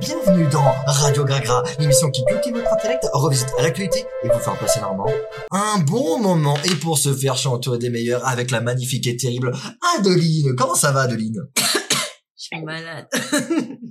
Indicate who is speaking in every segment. Speaker 1: Bienvenue dans Radio Gragra, l'émission qui cultive votre intellect, revisite l'actualité et vous fait passer normand. Un bon moment et pour se faire chanter des meilleurs avec la magnifique et terrible Adeline. Comment ça va Adeline
Speaker 2: Je suis malade.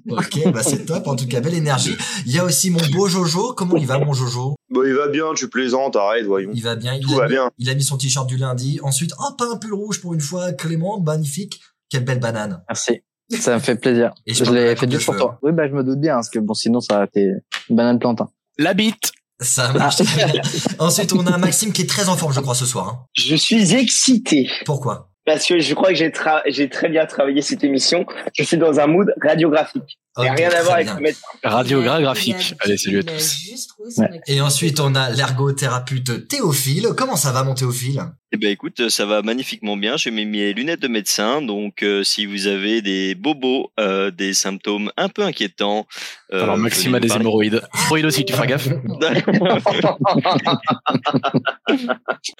Speaker 1: Ok, bah c'est top, en tout cas belle énergie. Il y a aussi mon beau Jojo, comment il va mon Jojo
Speaker 3: Bon, il va bien, tu plaisantes, arrête, voyons.
Speaker 1: Il va bien, il
Speaker 3: Tout
Speaker 1: a,
Speaker 3: va bien.
Speaker 1: il a mis son t-shirt du lundi. Ensuite, hop, un pull rouge pour une fois, Clément, magnifique. Quelle belle banane.
Speaker 4: Merci. Ça me fait plaisir.
Speaker 1: Et
Speaker 4: je
Speaker 1: parle de la
Speaker 4: l'ai fait
Speaker 1: coupe de
Speaker 4: juste pour
Speaker 1: cheveux.
Speaker 4: toi. Oui, bah, je me doute bien, parce que bon, sinon, ça aurait été une banane hein. plantain.
Speaker 5: La bite.
Speaker 1: Ça marche très bien. Ensuite, on a Maxime qui est très en forme, je crois, ce soir. hein.
Speaker 6: Je suis excité
Speaker 1: Pourquoi
Speaker 6: parce que je crois que j'ai tra- j'ai très bien travaillé cette émission. Je suis dans un mood radiographique. Il n'y a
Speaker 1: Ok,
Speaker 6: rien à
Speaker 1: très
Speaker 6: voir avec
Speaker 1: bien.
Speaker 6: le médecin.
Speaker 2: Il
Speaker 5: Radiographie.
Speaker 2: a-
Speaker 5: Allez, salut à
Speaker 2: il a
Speaker 5: tous.
Speaker 2: juste trouvé son
Speaker 4: Ouais.
Speaker 2: activité.
Speaker 1: Et ensuite, on a l'ergothérapeute Théophile. Comment ça va, mon Théophile
Speaker 7: Eh ben écoute, ça va magnifiquement bien. J'ai mis mes lunettes de médecin, donc euh, si vous avez des bobos, euh, des symptômes un peu inquiétants, euh,
Speaker 5: Alors, Maxime a
Speaker 7: venez
Speaker 5: des
Speaker 7: nous
Speaker 5: hémorroïdes. Hémorroïdes aussi, tu feras gaffe.
Speaker 7: parler.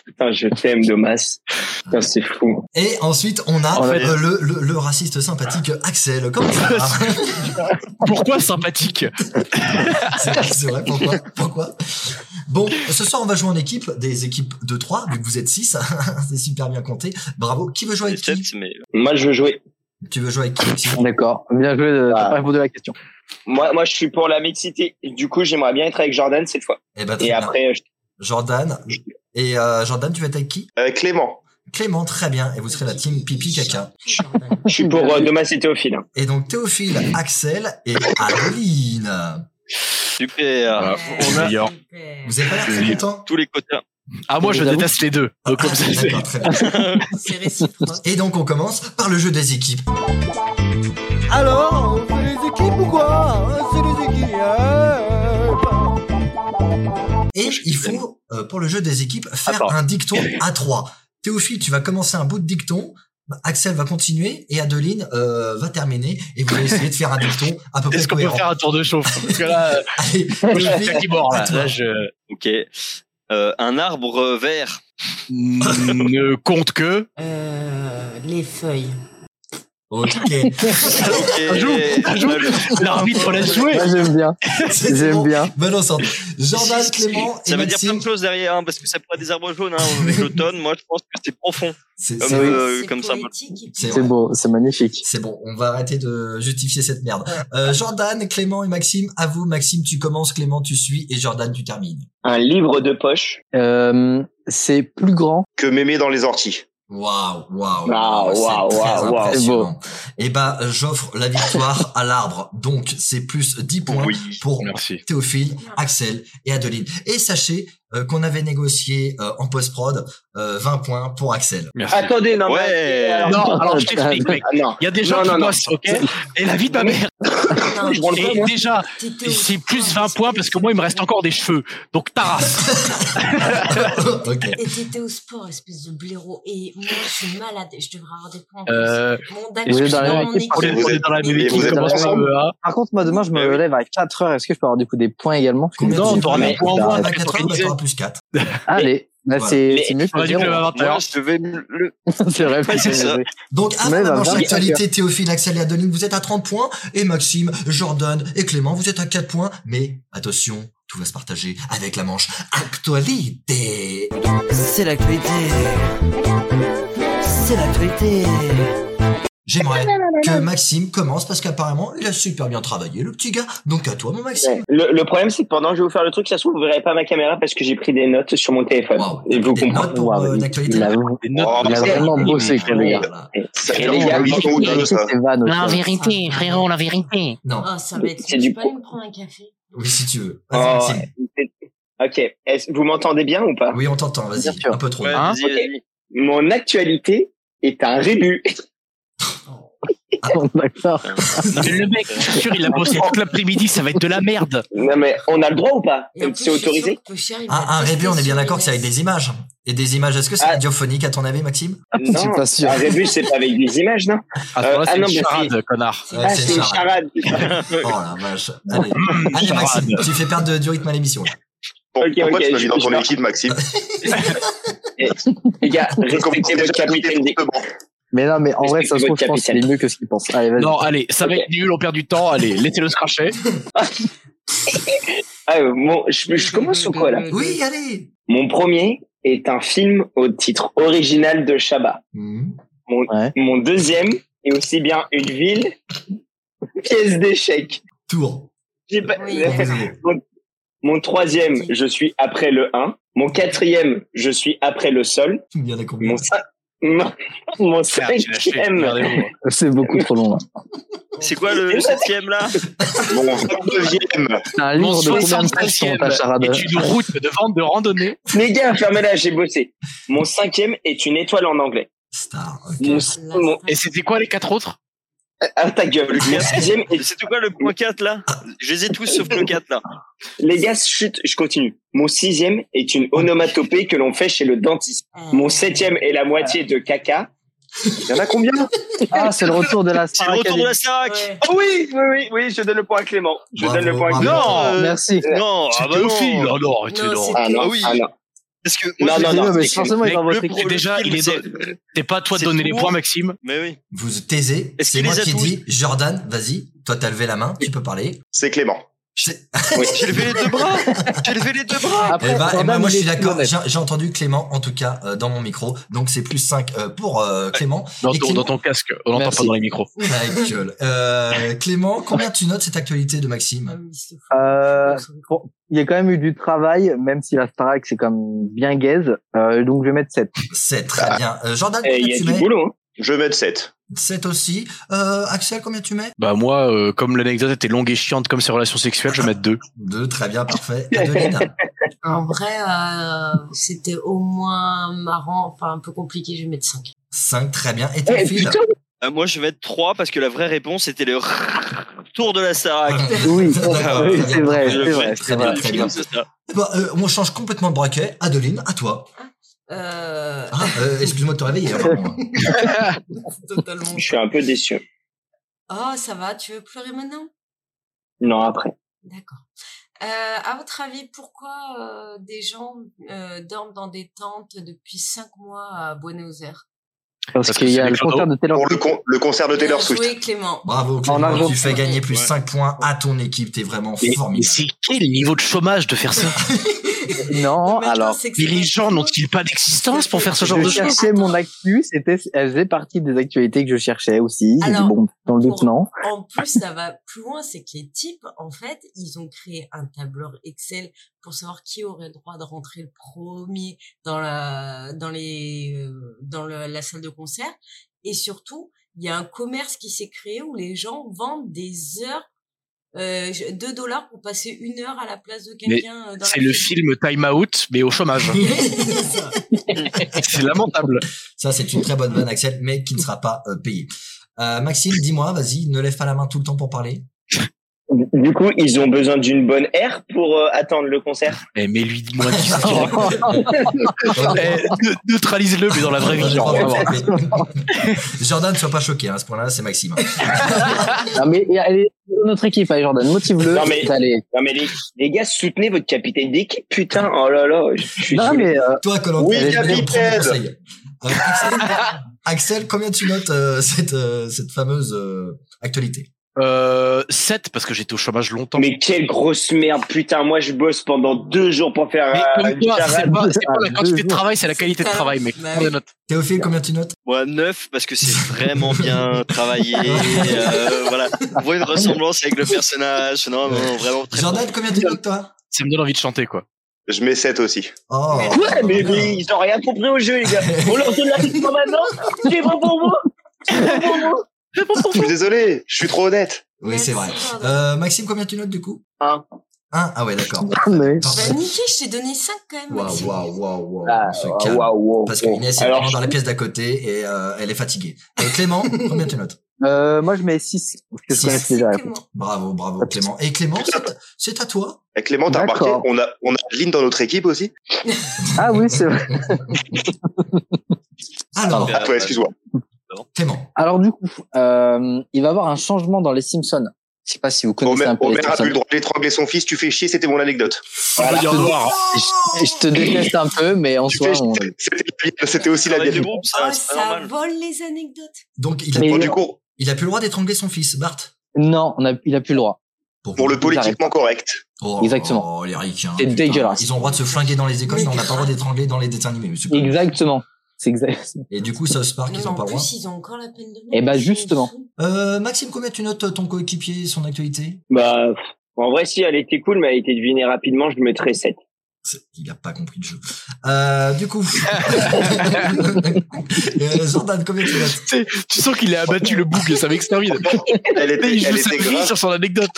Speaker 6: Putain, je t'aime, Domas. Putain, c'est fou.
Speaker 1: Et ensuite, on a
Speaker 6: Oh
Speaker 4: En
Speaker 7: fait-
Speaker 1: euh, le, le- le raciste sympathique Axel. Comment ça va
Speaker 5: Pourquoi sympathique
Speaker 1: C'est c'est vrai, pourquoi, pourquoi Bon, ce soir, on va jouer en équipe, des équipes de 3, vu que vous êtes 6. C'est super bien compté. Bravo. Qui veut jouer avec qui
Speaker 7: Sept, mais
Speaker 6: Moi, je veux jouer.
Speaker 1: Tu veux jouer avec qui Maxime
Speaker 4: D'accord. Bien joué, de... t'as
Speaker 6: Ah.
Speaker 4: pas répondu à la question.
Speaker 6: Moi, moi, je suis pour la mixité. Du coup, j'aimerais bien être avec Jordan cette fois.
Speaker 1: Eh ben, très
Speaker 6: Et
Speaker 1: bien.
Speaker 6: après, je-
Speaker 1: Jordan. Et euh, Jordan, tu vas être avec qui
Speaker 3: Euh, Clément,
Speaker 1: Clément, très bien. Et vous serez la team pipi caca.
Speaker 2: Jordan.
Speaker 6: je suis pour euh, Domas et Théophile.
Speaker 1: Et donc, Théophile, Axel et Adeline.
Speaker 7: super.
Speaker 5: Ah,
Speaker 2: Ouais,
Speaker 5: on a-
Speaker 2: super.
Speaker 1: Vous avez pas l'air très
Speaker 5: Oui.
Speaker 1: content
Speaker 7: Tous les quotas.
Speaker 5: Ah, moi,
Speaker 4: Je
Speaker 5: je
Speaker 4: vous
Speaker 5: déteste les deux. Donc, comme ça,
Speaker 1: Ah,
Speaker 5: c'est-
Speaker 1: d'accord, très bien.
Speaker 2: C'est réciproque.
Speaker 1: Et donc on commence par le jeu des équipes.
Speaker 8: Alors, on fait les équipes ou quoi Hein, C'est les équipes
Speaker 1: Et il faut, euh, pour le jeu des équipes, faire
Speaker 5: Attends.
Speaker 1: un dicton à trois. Théophile, tu vas commencer un bout de dicton. Axel va continuer et Adeline euh, va terminer et vous allez essayer de faire un dicton à peu près
Speaker 5: Est-ce qu'on peut
Speaker 1: cohérent.
Speaker 5: faire un tour de chauffe Parce que là, euh,
Speaker 1: Allez,
Speaker 5: je suis
Speaker 1: Théophile,
Speaker 5: attaqué mort,
Speaker 1: à
Speaker 5: là.
Speaker 1: toi.
Speaker 5: Là, je
Speaker 7: Ok. Euh, un arbre vert.
Speaker 5: ne compte que.
Speaker 2: Euh, les feuilles.
Speaker 1: ok,
Speaker 7: Ok.
Speaker 5: Un jour, un jour, l'arbitre laisse jouer.
Speaker 4: Moi, j'aime bien.
Speaker 1: c'est
Speaker 4: J'aime
Speaker 1: bon.
Speaker 4: bien.
Speaker 1: Bonne ensemble. Jordan,
Speaker 7: Si, si,
Speaker 1: Clément et
Speaker 7: Ça veut dire plein
Speaker 1: Maxime.
Speaker 7: de choses derrière, hein, parce que ça pourrait être des arbres jaunes hein, avec l'automne. Moi, je pense que c'est profond.
Speaker 1: C'est
Speaker 7: Comme,
Speaker 1: c'est-
Speaker 4: Ah oui.
Speaker 7: euh,
Speaker 2: C'est
Speaker 7: comme ça.
Speaker 2: poétique et
Speaker 1: C'est
Speaker 4: C'est
Speaker 1: vrai.
Speaker 4: beau, c'est magnifique.
Speaker 1: c'est bon, on va arrêter de justifier cette merde. Euh, Jordan, Clément et Maxime, à vous. Maxime, tu commences, Clément, tu suis et Jordan, tu termines.
Speaker 6: Un livre de poche.
Speaker 4: Euh, c'est plus grand.
Speaker 3: que mémé dans les orties.
Speaker 1: Waouh, waouh,
Speaker 6: Ah, Waouh,
Speaker 1: c'est
Speaker 6: waouh,
Speaker 1: très
Speaker 6: waouh, waouh.
Speaker 1: impressionnant. Et bah, j'offre la victoire à l'arbre. Donc, c'est plus 10 points pour
Speaker 5: Merci.
Speaker 1: Théophile, Axel et Adeline. Et sachez euh, qu'on avait négocié euh, en post-prod euh, 20 points pour Axel.
Speaker 5: Merci.
Speaker 6: Attendez, non,
Speaker 7: Ouais.
Speaker 6: mais-
Speaker 5: Non, alors je t'explique, mec.
Speaker 6: Ah, non.
Speaker 5: Il y a des gens
Speaker 6: Non,
Speaker 5: qui
Speaker 6: non, non.
Speaker 5: bossent, ok Et la vie de ma mère.
Speaker 2: Non,
Speaker 6: Je branle pas,
Speaker 5: Et
Speaker 6: moi.
Speaker 5: déjà,
Speaker 2: t'es- t'es au-
Speaker 5: c'est plus 20 points parce que moi, il me reste encore des cheveux. Donc, ta race.
Speaker 1: ok.
Speaker 2: Et t'étais au sport, espèce de blaireau. Et moi, je suis malade. Je devrais avoir des points. en plus.
Speaker 5: Euh,
Speaker 2: Mon
Speaker 4: vous êtes dans la
Speaker 2: mon
Speaker 4: même équipe,
Speaker 5: on est
Speaker 2: équipe.
Speaker 5: on est dans la même
Speaker 3: vous
Speaker 5: équipe.
Speaker 3: êtes
Speaker 5: on commence
Speaker 3: ensemble
Speaker 5: le A.
Speaker 4: Par contre, moi, demain, je me
Speaker 7: Eh oui.
Speaker 4: lève à 4 heures. Est-ce que je peux avoir du coup des points également
Speaker 1: Combien
Speaker 5: Non,
Speaker 1: tu
Speaker 5: t'auras
Speaker 1: veux
Speaker 5: des points en moins.
Speaker 1: À
Speaker 5: t'as été
Speaker 1: 4 heures, bah,
Speaker 5: organisé.
Speaker 1: t'auras plus 4.
Speaker 4: Allez. Là,
Speaker 1: Voilà.
Speaker 4: c'est
Speaker 6: Mais-
Speaker 4: c'est mieux que
Speaker 5: On a dit que le
Speaker 4: zéro. hein.
Speaker 5: 21.
Speaker 7: Moi, je vais me le.
Speaker 4: C'est vrai, putain,
Speaker 7: c'est ça.
Speaker 4: mais-
Speaker 1: Donc, avant
Speaker 4: Mais
Speaker 1: la
Speaker 4: bah,
Speaker 1: manche
Speaker 4: vingt,
Speaker 1: actualité, Théophile, Axel et Adeline, vous êtes à 30 points. Et Maxime, Jordan et Clément, vous êtes à 4 points. Mais attention, tout va se partager avec la manche actualité.
Speaker 8: C'est l'actualité C'est l'actualité
Speaker 1: J'aimerais que Maxime commence parce qu'apparemment il a super bien travaillé le petit gars. Donc à toi mon Maxime.
Speaker 6: Le, le problème, c'est que pendant que je vais vous faire le truc, ça se trouve, vous verrez pas ma caméra parce que j'ai pris des notes sur mon téléphone.
Speaker 1: Wow.
Speaker 6: Et vous
Speaker 1: Des notes
Speaker 6: comprenez.
Speaker 1: pour
Speaker 4: Waouh,
Speaker 1: euh,
Speaker 4: il-
Speaker 1: l'actualité.
Speaker 4: Il a,
Speaker 5: Des notes.
Speaker 3: Oh,
Speaker 4: il a
Speaker 6: c'est-
Speaker 4: vraiment bossé,
Speaker 6: c'est-
Speaker 4: le gars.
Speaker 1: Voilà.
Speaker 6: C'est
Speaker 3: Et
Speaker 4: Il
Speaker 3: les
Speaker 4: a
Speaker 3: gars,
Speaker 4: vraiment
Speaker 3: ils sont
Speaker 4: bossé
Speaker 3: dingues, ça.
Speaker 4: ses vannes
Speaker 9: Ah,
Speaker 4: aussi.
Speaker 2: vérité, frérot,
Speaker 8: la vérité
Speaker 1: Non,
Speaker 2: Oh, ça va être.
Speaker 6: C'est
Speaker 2: Je
Speaker 6: du
Speaker 2: peux aller me prendre un café.
Speaker 1: oui si tu veux.
Speaker 6: Oh,
Speaker 1: Vas-y Maxime.
Speaker 6: ok. Est-ce- vous m'entendez bien ou pas
Speaker 1: Oui on t'entend, vas-y.
Speaker 4: Bien sûr.
Speaker 1: Un peu trop.
Speaker 7: Ouais,
Speaker 4: Hein
Speaker 7: vas-y,
Speaker 6: Ok.
Speaker 7: vas-y.
Speaker 6: Mon actualité est un rébut.
Speaker 4: D'accord.
Speaker 5: Non, mais le mec, je suis sûr, il a bossé toute l'après-midi. Ça va être de la merde.
Speaker 6: Non, mais on a le droit ou pas
Speaker 2: Et en plus,
Speaker 6: C'est
Speaker 2: je suis
Speaker 6: autorisé
Speaker 2: sûre que Cher, il
Speaker 1: Un,
Speaker 2: va
Speaker 1: un
Speaker 2: tester
Speaker 1: rébut, Ah, on est bien
Speaker 2: sur
Speaker 1: d'accord que
Speaker 2: les
Speaker 1: c'est avec
Speaker 2: restes.
Speaker 1: des images. Et des images, est-ce que c'est
Speaker 6: Ah.
Speaker 1: radiophonique à ton avis Maxime
Speaker 4: Je suis
Speaker 6: Non.
Speaker 4: pas sûr.
Speaker 6: Un rébut, c'est pas avec des images, non
Speaker 5: À ce moment-là,
Speaker 6: Euh, ah
Speaker 5: c'est
Speaker 6: non,
Speaker 5: une
Speaker 6: mais
Speaker 5: charade, connard.
Speaker 1: Ouais,
Speaker 6: Ah, c'est une
Speaker 1: charade.
Speaker 6: charade.
Speaker 1: Oh la vache. Allez, Allez,
Speaker 5: Charade.
Speaker 1: Maxime, tu fais perdre de- du rythme à l'émission. là.
Speaker 3: Pour-
Speaker 6: Ok,
Speaker 3: pourquoi
Speaker 6: ok,
Speaker 3: tu m'as mis
Speaker 6: je-
Speaker 3: dans
Speaker 6: je
Speaker 3: ton
Speaker 6: marche.
Speaker 3: équipe, Maxime
Speaker 6: Les gars,
Speaker 3: Je commence
Speaker 6: respectez
Speaker 3: déjà
Speaker 6: votre
Speaker 3: à douter
Speaker 6: capitaine. des-
Speaker 3: fortement.
Speaker 4: Mais non, mais en vrai, ça se trouve,
Speaker 6: Respectez
Speaker 4: je
Speaker 6: votre
Speaker 4: pense qu'il est mieux que ce qu'il pense. Allez, vas-y.
Speaker 5: Non, allez, ça va
Speaker 6: Ok.
Speaker 5: être nul, on perd du temps. Allez, laissez-le se cracher.
Speaker 6: Ah, euh, mon- je, je commence ou quoi là
Speaker 1: Oui, allez.
Speaker 6: Mon premier est un film au titre original de Shabbat.
Speaker 1: Mhm.
Speaker 6: Mon deuxième est aussi bien une ville, pièce d'échec.
Speaker 1: Tour.
Speaker 6: J'ai pas-
Speaker 2: Oui, d'accord.
Speaker 6: Mon troisième, je suis après le 1. Mon quatrième, je suis après le sol.
Speaker 1: Il y en a combien
Speaker 6: Mon, cin- Non, mon
Speaker 5: Merde, j'ai lâché.
Speaker 6: cinquième.
Speaker 5: Regardez-moi.
Speaker 4: C'est beaucoup trop long. hein. Là.
Speaker 7: C'est quoi le septième là
Speaker 3: Mon 29e.
Speaker 4: C'est un livre
Speaker 5: Mon
Speaker 4: de combien de pages sont ta
Speaker 5: 65e
Speaker 4: charade
Speaker 5: est une route de vente de randonnée.
Speaker 6: Les gars, fermez-la, j'ai bossé. Mon cinquième est une étoile en anglais.
Speaker 1: Star.
Speaker 6: Mon, mon-
Speaker 5: Et c'était quoi les quatre autres
Speaker 6: ah, ta gueule. Mon sixième est
Speaker 7: C'est quoi le point 4 là Je les ai tous sauf le 4 là.
Speaker 6: Les gars, chut, je continue. Mon sixième est une onomatopée que l'on fait chez le dentiste. Mon septième est la moitié de caca. Il y en a combien
Speaker 4: Ah, c'est le retour de la
Speaker 7: C'est
Speaker 4: Star
Speaker 7: le retour de la
Speaker 4: Academy.
Speaker 7: Starac
Speaker 6: Oh oui, oui, oui, oui, je donne le point à Clément. Je
Speaker 1: Bravo,
Speaker 6: donne le point à
Speaker 1: bravo.
Speaker 6: Clément.
Speaker 5: Non,
Speaker 7: euh,
Speaker 4: Merci.
Speaker 7: Non, ah
Speaker 5: C'était
Speaker 7: bah
Speaker 5: aux filles.
Speaker 7: non.
Speaker 5: Oh non, arrêtez,
Speaker 2: Non,
Speaker 5: non.
Speaker 2: c'est-
Speaker 6: Ah non,
Speaker 7: Ah oui.
Speaker 6: ah non.
Speaker 7: Parce que
Speaker 6: Non,
Speaker 7: je-
Speaker 6: non,
Speaker 4: Mais
Speaker 6: non,
Speaker 4: mais
Speaker 6: c'est que-
Speaker 4: forcément, il va
Speaker 5: Mec,
Speaker 4: votre
Speaker 5: le
Speaker 4: équipe.
Speaker 5: pro- Déjà,
Speaker 7: film,
Speaker 5: il est
Speaker 7: c'est-
Speaker 5: T'es pas à toi de
Speaker 7: C'est
Speaker 5: donner
Speaker 7: tout
Speaker 5: les
Speaker 7: haut.
Speaker 5: points, Maxime.
Speaker 7: Mais oui.
Speaker 1: Vous taisez.
Speaker 7: Est-ce
Speaker 1: C'est
Speaker 7: qu'il
Speaker 1: moi
Speaker 7: les a
Speaker 1: qui
Speaker 7: tous
Speaker 1: dis. Jordan, vas-y. Toi, t'as levé la main. Tu peux parler.
Speaker 3: C'est Clément.
Speaker 1: Je-
Speaker 6: Oui.
Speaker 7: J'ai levé les deux bras J'ai levé les deux bras
Speaker 1: Eh
Speaker 9: Ah,
Speaker 4: Après,
Speaker 1: ben, eh ben,
Speaker 4: Jordan,
Speaker 1: moi je
Speaker 4: il
Speaker 1: suis
Speaker 4: est
Speaker 1: d'accord,
Speaker 4: honnête.
Speaker 1: j'ai j'ai entendu Clément en tout cas euh, dans mon micro, donc c'est plus 5 pour euh, Clément.
Speaker 5: Dans
Speaker 1: Et
Speaker 5: ton,
Speaker 1: Clément-
Speaker 5: dans ton casque, on n'entend
Speaker 4: Merci.
Speaker 5: pas dans les micros.
Speaker 1: Ta gueule. Euh, Clément, combien tu notes cette actualité de
Speaker 2: Ah
Speaker 1: Maxime
Speaker 4: Euh, bon, Il y a quand même eu du travail, même si la Starac c'est comme bien gaze. Euh, donc je vais mettre 7.
Speaker 1: C'est très bien. Euh, Jordan,
Speaker 6: Eh, Il
Speaker 1: combien
Speaker 6: y a
Speaker 1: tu
Speaker 6: du
Speaker 1: mets
Speaker 6: boulot. hein.
Speaker 3: Je vais mettre 7.
Speaker 1: 7 aussi. Euh, Axel, combien tu mets
Speaker 5: Bah moi, euh, comme l'anecdote était longue et chiante comme ces relations sexuelles, je vais mettre deux.
Speaker 1: 2, très bien, parfait. Adeline,
Speaker 2: En vrai, euh, c'était au moins marrant, enfin un peu compliqué, je vais mettre 5.
Speaker 1: 5, très bien. Et
Speaker 6: Eh,
Speaker 1: ton fils
Speaker 6: putain,
Speaker 7: Euh, Moi je vais mettre 3 parce que la vraie réponse était le tour de la Starac.
Speaker 4: Oui,
Speaker 6: ah
Speaker 1: D'accord,
Speaker 4: oui,
Speaker 1: très
Speaker 4: c'est
Speaker 1: bien.
Speaker 4: vrai,
Speaker 7: Je
Speaker 4: c'est vrai,
Speaker 7: vais
Speaker 4: c'est vrai.
Speaker 1: très bien.
Speaker 7: C'est ça.
Speaker 1: Bah, euh, on change complètement de braquet. Adeline, à toi.
Speaker 2: Euh,
Speaker 1: Ah, euh, excuse-moi de te réveiller. hein. pardon.
Speaker 6: Ah.
Speaker 2: totalement.
Speaker 6: Je suis un peu déçu.
Speaker 2: Oh, ça va, tu veux pleurer maintenant
Speaker 6: Non, après.
Speaker 2: D'accord. Euh, à votre avis, pourquoi euh, des gens euh, dorment dans des tentes depuis 5 mois à Buenos Aires
Speaker 4: Parce
Speaker 5: Parce
Speaker 4: qu'il
Speaker 5: que
Speaker 4: y a
Speaker 5: c'est
Speaker 4: le
Speaker 5: les
Speaker 4: concert de Taylor
Speaker 3: Pour le, con- le concert de Taylor
Speaker 2: Bien
Speaker 3: Swift.
Speaker 2: joué, Euh, Clément.
Speaker 1: Bravo,
Speaker 4: En
Speaker 1: Clément.
Speaker 4: argent.
Speaker 1: Tu fais gagner plus
Speaker 7: Ouais.
Speaker 1: 5 points à ton équipe. T'es vraiment
Speaker 5: Mais, mais
Speaker 1: formidable.
Speaker 5: c'est quel niveau de chômage de faire ça
Speaker 4: Non,
Speaker 2: Maintenant,
Speaker 4: alors.
Speaker 2: c'est que
Speaker 5: Mais
Speaker 2: c'est
Speaker 5: les
Speaker 2: pas
Speaker 5: gens
Speaker 2: tout.
Speaker 5: n'ont-ils pas d'existence pour faire ce genre
Speaker 4: Je
Speaker 5: de choses
Speaker 4: cherchais mon actu, c'était, elle faisait partie des actualités que je cherchais aussi. J'ai dit,
Speaker 2: Alors,
Speaker 4: bon, dans le doute,
Speaker 2: pour-
Speaker 4: non.
Speaker 2: En plus, ça va plus loin, c'est que les types, en fait, ils ont créé un tableur Excel pour savoir qui aurait le droit de rentrer le premier dans la dans les euh, dans le- la salle de concert. Et surtout, il y a un commerce qui s'est créé où les gens vendent des heures, euh, 2 dollars pour passer une heure à la place de quelqu'un. euh, dans
Speaker 5: C'est
Speaker 2: la
Speaker 5: le
Speaker 2: file.
Speaker 5: film Time Out, mais au chômage. C'est lamentable.
Speaker 1: Ça, c'est une très bonne vanne, Axel, mais qui ne sera pas euh, payée. Euh, Maxime, dis-moi, vas-y, ne lève pas la main tout le temps pour parler.
Speaker 6: Du coup, ils ont besoin d'une bonne aire pour euh, attendre le concert.
Speaker 5: Eh, mais lui, dis-moi qui c'est. Oh. Eh, ne- Neutralise-le, mais dans la vraie
Speaker 1: Ah,
Speaker 5: vie. genre, vraiment.
Speaker 1: Jordan, ne sois pas choqué, hein, à ce point-là, c'est Maxime.
Speaker 4: Non, mais allez, notre équipe, allez, Jordan, motive-le.
Speaker 6: Non, mais-
Speaker 4: Allez.
Speaker 6: Non, mais les, les gars, soutenez votre capitaine d'équipe. Putain, oh là là, je suis
Speaker 4: Non,
Speaker 6: saoulé.
Speaker 4: mais euh,
Speaker 1: Toi, Colin,
Speaker 3: Oui, capitaine.
Speaker 1: conseil. Euh, Axel, Axel, combien tu notes euh, cette, euh, cette fameuse euh, actualité
Speaker 5: Euh, 7, parce que j'étais au chômage longtemps.
Speaker 6: Mais quelle grosse merde, putain, moi je bosse pendant deux jours pour faire
Speaker 5: Mais
Speaker 6: euh,
Speaker 5: comme
Speaker 6: une
Speaker 5: quoi, c'est
Speaker 6: charade.
Speaker 5: pas, c'est pas la
Speaker 4: Ah,
Speaker 5: quantité
Speaker 4: deux jours.
Speaker 5: de travail, c'est la qualité de
Speaker 2: C'est
Speaker 5: travail,
Speaker 2: ça.
Speaker 5: mec.
Speaker 2: Bah
Speaker 5: Prends
Speaker 2: oui.
Speaker 5: des notes.
Speaker 1: Théophile, combien tu notes
Speaker 7: Moi 9 parce que c'est vraiment bien travaillé. euh, voilà. On voit une ressemblance avec le personnage. Non, non, non, vraiment très bon.
Speaker 1: Jordan, combien tu notes, toi
Speaker 5: Ça me donne envie de chanter, quoi.
Speaker 3: Je mets 7 aussi.
Speaker 1: Oh,
Speaker 6: Ouais, mais, mais ils ont rien compris au jeu, les gars. On leur donne la victoire maintenant. C'est bon pour vous. C'est bon pour vous.
Speaker 3: Je suis désolé, je suis trop honnête.
Speaker 1: Oui, c'est vrai.
Speaker 2: Merci, Jordan.
Speaker 1: Euh, Maxime, combien tu notes du coup
Speaker 6: Un.
Speaker 1: Un Ah ouais, d'accord.
Speaker 4: mais-
Speaker 2: Bah, nickel, je t'ai donné 5 quand même.
Speaker 1: Waouh,
Speaker 2: Maxime.
Speaker 1: waouh, waouh, waouh.
Speaker 6: Ah,
Speaker 1: On se
Speaker 6: waouh,
Speaker 1: calme.
Speaker 6: waouh, waouh.
Speaker 1: Parce qu'Inès est
Speaker 6: Alors,
Speaker 1: vraiment dans la pièce d'à côté et euh, elle est fatiguée. Euh, Clément, combien tu notes
Speaker 4: euh, moi, je mets 6. Parce que je
Speaker 1: Six.
Speaker 4: connais
Speaker 2: Merci,
Speaker 4: déjà la réponse.
Speaker 2: Clément.
Speaker 1: Bravo, bravo Clément. Et Clément, c'est- c'est à toi.
Speaker 3: Et Eh, Clément, t'as remarqué,
Speaker 4: D'accord.
Speaker 3: on a, on a Lynn dans notre équipe aussi
Speaker 4: Ah oui, c'est vrai.
Speaker 1: Alors,
Speaker 3: Ah, toi, excuse-moi.
Speaker 1: Clément.
Speaker 4: Alors, du coup, euh, il va y avoir un changement dans les Simpsons.
Speaker 9: Je sais pas si vous connaissez
Speaker 3: Homer
Speaker 9: un peu les
Speaker 3: Homer a plus
Speaker 9: personnages.
Speaker 3: le droit d'étrangler son fils, tu fais chier, c'était mon anecdote.
Speaker 5: On va dire noir. hein.
Speaker 9: Je, je te déteste un peu, mais en
Speaker 3: Tu
Speaker 9: soi,
Speaker 3: fais chier,
Speaker 9: on-
Speaker 3: c'était- C'était aussi la
Speaker 7: Travail de
Speaker 3: bienvenue.
Speaker 7: groupe,
Speaker 2: Oh,
Speaker 9: Ah,
Speaker 7: Ah, ça, c'est pas
Speaker 2: ça
Speaker 7: normal.
Speaker 2: vole les anecdotes.
Speaker 1: Donc, il a,
Speaker 4: Mais-
Speaker 3: Bon, du coup,
Speaker 1: il a plus le droit d'étrangler son fils, Bart.
Speaker 9: non, on a, il a plus le droit.
Speaker 1: Pourquoi
Speaker 3: pour le politiquement correct.
Speaker 1: Oh,
Speaker 9: Exactement.
Speaker 1: Oh, les ricains.
Speaker 9: C'est
Speaker 1: putain.
Speaker 9: dégueulasse.
Speaker 1: Ils ont le droit de se flinguer dans les écoles,
Speaker 2: Mais
Speaker 1: mais on n'a pas le droit
Speaker 2: grave.
Speaker 1: d'étrangler dans les dessins animés. mais c'est pas-
Speaker 9: Exactement. C'est exact.
Speaker 1: Et du coup, South Park,
Speaker 2: Non,
Speaker 1: ils
Speaker 2: mais
Speaker 1: ont
Speaker 2: en
Speaker 1: pas le droit.
Speaker 2: plus, ils ont encore la peine de mort.
Speaker 9: Eh ben,
Speaker 2: Ils sont
Speaker 9: justement.
Speaker 2: sous.
Speaker 1: Euh, Maxime, combien tu notes euh, ton coéquipier, son actualité
Speaker 6: Bah, pff, en vrai, si elle était cool, mais elle a été devinée rapidement, je lui mettrais 7.
Speaker 1: C'est- Il a pas compris le jeu. Euh, du coup. Euh, Jordan, combien tu notes
Speaker 5: Tu sais, tu sens qu'il a abattu le bouc et ça m'extermine.
Speaker 3: Elle était,
Speaker 5: Il joue
Speaker 3: elle
Speaker 5: sa
Speaker 3: était
Speaker 5: vie
Speaker 3: grave,
Speaker 5: sur son anecdote.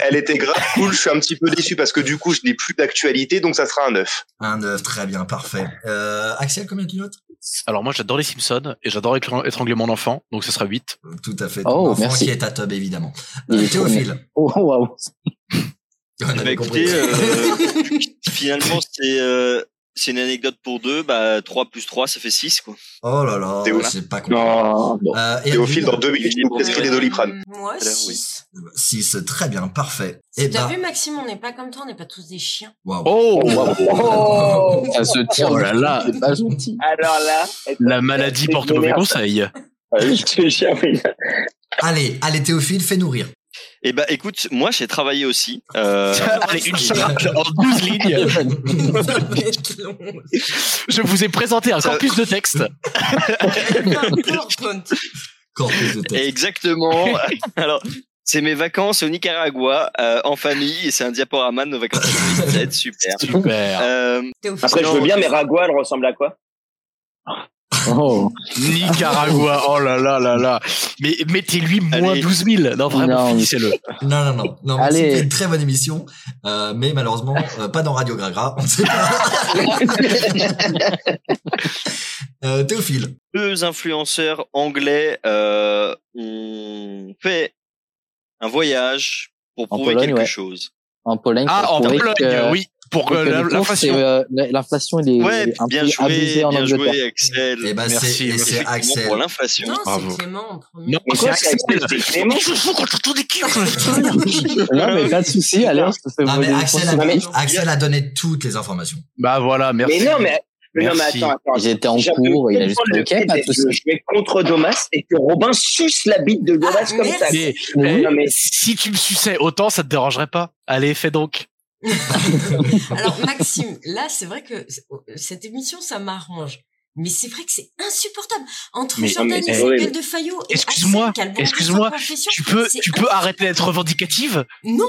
Speaker 3: elle était grave cool. Je suis un petit peu déçu parce que du coup, je n'ai plus d'actualité, donc ça sera un 9.
Speaker 1: Un 9, très bien, parfait. Euh, Axel, combien tu notes
Speaker 5: Alors moi j'adore les Simpsons et j'adore écran- étrangler mon enfant, donc ce sera 8.
Speaker 1: Tout à fait.
Speaker 9: Oh,
Speaker 1: Ton enfant
Speaker 9: merci.
Speaker 1: qui est à Tob, évidemment.
Speaker 9: Il
Speaker 1: Euh,
Speaker 9: est trop bien.
Speaker 1: Théophile.
Speaker 9: Oh, waouh.
Speaker 1: On
Speaker 7: Eh
Speaker 1: avait
Speaker 7: ben,
Speaker 1: compris.
Speaker 7: écoutez, euh, finalement, c'est euh, c'est une anecdote pour deux. Bah, 3 plus 3, ça fait 6, quoi.
Speaker 1: Oh là là,
Speaker 3: Théo.
Speaker 1: c'est pas compris.
Speaker 6: Non.
Speaker 1: Euh, et
Speaker 3: Et au fil,
Speaker 1: Adeline,
Speaker 3: dans deux minutes, je vais vous prescrire des
Speaker 1: Euh,
Speaker 3: doliprane.
Speaker 2: Moi,
Speaker 7: Alors, oui.
Speaker 2: 6.
Speaker 1: Si, c'est très bien, parfait. Et
Speaker 2: T'as
Speaker 1: ben,
Speaker 2: vu, Maxime, on n'est pas comme toi, on n'est pas tous des chiens.
Speaker 1: waouh.
Speaker 5: Oh,
Speaker 6: Oh
Speaker 9: Ça se tire.
Speaker 5: Oh là là.
Speaker 9: C'est pas gentil.
Speaker 6: Alors là,
Speaker 5: La maladie porte mauvais conseil.
Speaker 6: euh, je te jure, oui.
Speaker 1: Allez, allez Théophile, fais-nous rire.
Speaker 7: Eh ben, écoute, moi, j'ai travaillé aussi. Euh,
Speaker 5: Allez, une charge en 12 lignes.
Speaker 2: Ça va être long.
Speaker 5: Je vous ai présenté un
Speaker 7: Ça-
Speaker 5: corpus de texte.
Speaker 2: PowerPoint.
Speaker 1: Corpus de texte.
Speaker 7: exactement. Alors, c'est mes vacances au Nicaragua euh, en famille et c'est un diaporama de nos vacances. Ça va être super.
Speaker 5: Super.
Speaker 7: Euh,
Speaker 2: Théophile.
Speaker 6: Après, je veux bien, mais Ragua, elle ressemble à quoi
Speaker 9: Oh.
Speaker 5: Nicaragua, oh là là là là. Mais mettez-lui moins
Speaker 7: Allez.
Speaker 5: 12 000. Non, vraiment,
Speaker 9: Non.
Speaker 5: finissez-le.
Speaker 1: Non, non, non. non mais
Speaker 9: Allez.
Speaker 1: C'était une très bonne émission, euh, mais malheureusement, euh, pas dans Radio Gragra. On sait pas. Euh, Théophile.
Speaker 7: deux influenceurs anglais euh, ont fait un voyage pour
Speaker 9: En
Speaker 7: prouver
Speaker 9: Pologne,
Speaker 7: quelque
Speaker 9: ouais.
Speaker 7: chose.
Speaker 9: En Pologne.
Speaker 5: Ah,
Speaker 9: pour
Speaker 5: en
Speaker 9: prouver
Speaker 5: Pologne,
Speaker 9: que-
Speaker 5: oui. Pour
Speaker 9: que
Speaker 5: euh,
Speaker 9: le
Speaker 5: la-
Speaker 9: cours,
Speaker 5: l'inflation.
Speaker 9: c'est, euh, la- L'inflation, il est
Speaker 7: Ouais,
Speaker 9: un
Speaker 7: bien
Speaker 9: peu
Speaker 7: joué,
Speaker 9: abusé en
Speaker 7: bien
Speaker 9: Angleterre.
Speaker 7: joué, Axel.
Speaker 1: Et ben,
Speaker 5: Merci,
Speaker 1: c'est et
Speaker 5: merci.
Speaker 1: c'est
Speaker 7: Effectivement,
Speaker 1: Axel.
Speaker 7: Pour l'inflation.
Speaker 2: Non, c'est
Speaker 5: Bravo.
Speaker 2: Clément en premier.
Speaker 5: Non,
Speaker 6: Mais
Speaker 5: c'est
Speaker 6: c'est vrai
Speaker 5: Axel.
Speaker 6: que c'est Clément.
Speaker 5: Il faut qu'on tourne des culs.
Speaker 9: Non, mais pas de souci. Allez, on se fait
Speaker 1: Non,
Speaker 9: voler
Speaker 1: Ah, mais
Speaker 9: une
Speaker 1: Axel,
Speaker 9: grosse
Speaker 1: a,
Speaker 9: somme.
Speaker 6: mais-
Speaker 1: Axel a donné toutes les informations.
Speaker 5: Bah voilà, merci.
Speaker 6: Mais non, mais, mais non, mais
Speaker 5: Merci.
Speaker 6: attends, attends.
Speaker 9: J'étais en
Speaker 6: J'avais
Speaker 9: cours, il a juste
Speaker 6: comprendre
Speaker 9: fait,
Speaker 6: le fait
Speaker 9: ok, pas de
Speaker 6: d'être-
Speaker 9: souci.
Speaker 6: Je vais contre Domas et que Robin suce la bite de Domas
Speaker 2: Ah,
Speaker 6: comme ça.
Speaker 2: merci.
Speaker 5: Mais,
Speaker 9: Mais
Speaker 5: eh,
Speaker 6: Non, mais-
Speaker 5: si tu me suçais autant, ça te dérangerait pas. Allez, fais donc.
Speaker 2: Alors, Maxime, là, c'est vrai que c- oh, cette émission, ça m'arrange. Mais c'est vrai que c'est insupportable. Entre
Speaker 5: Mais-
Speaker 2: Jordan
Speaker 6: mais-
Speaker 2: et
Speaker 6: eh,
Speaker 2: Isabelle
Speaker 6: oui.
Speaker 2: de Fayot et
Speaker 5: Excuse-moi,
Speaker 2: Axel qui a le bon
Speaker 5: excuse-moi,
Speaker 2: goût de confession,
Speaker 5: Tu peux,
Speaker 2: c'est
Speaker 5: tu peux arrêter d'être revendicative.
Speaker 2: Non,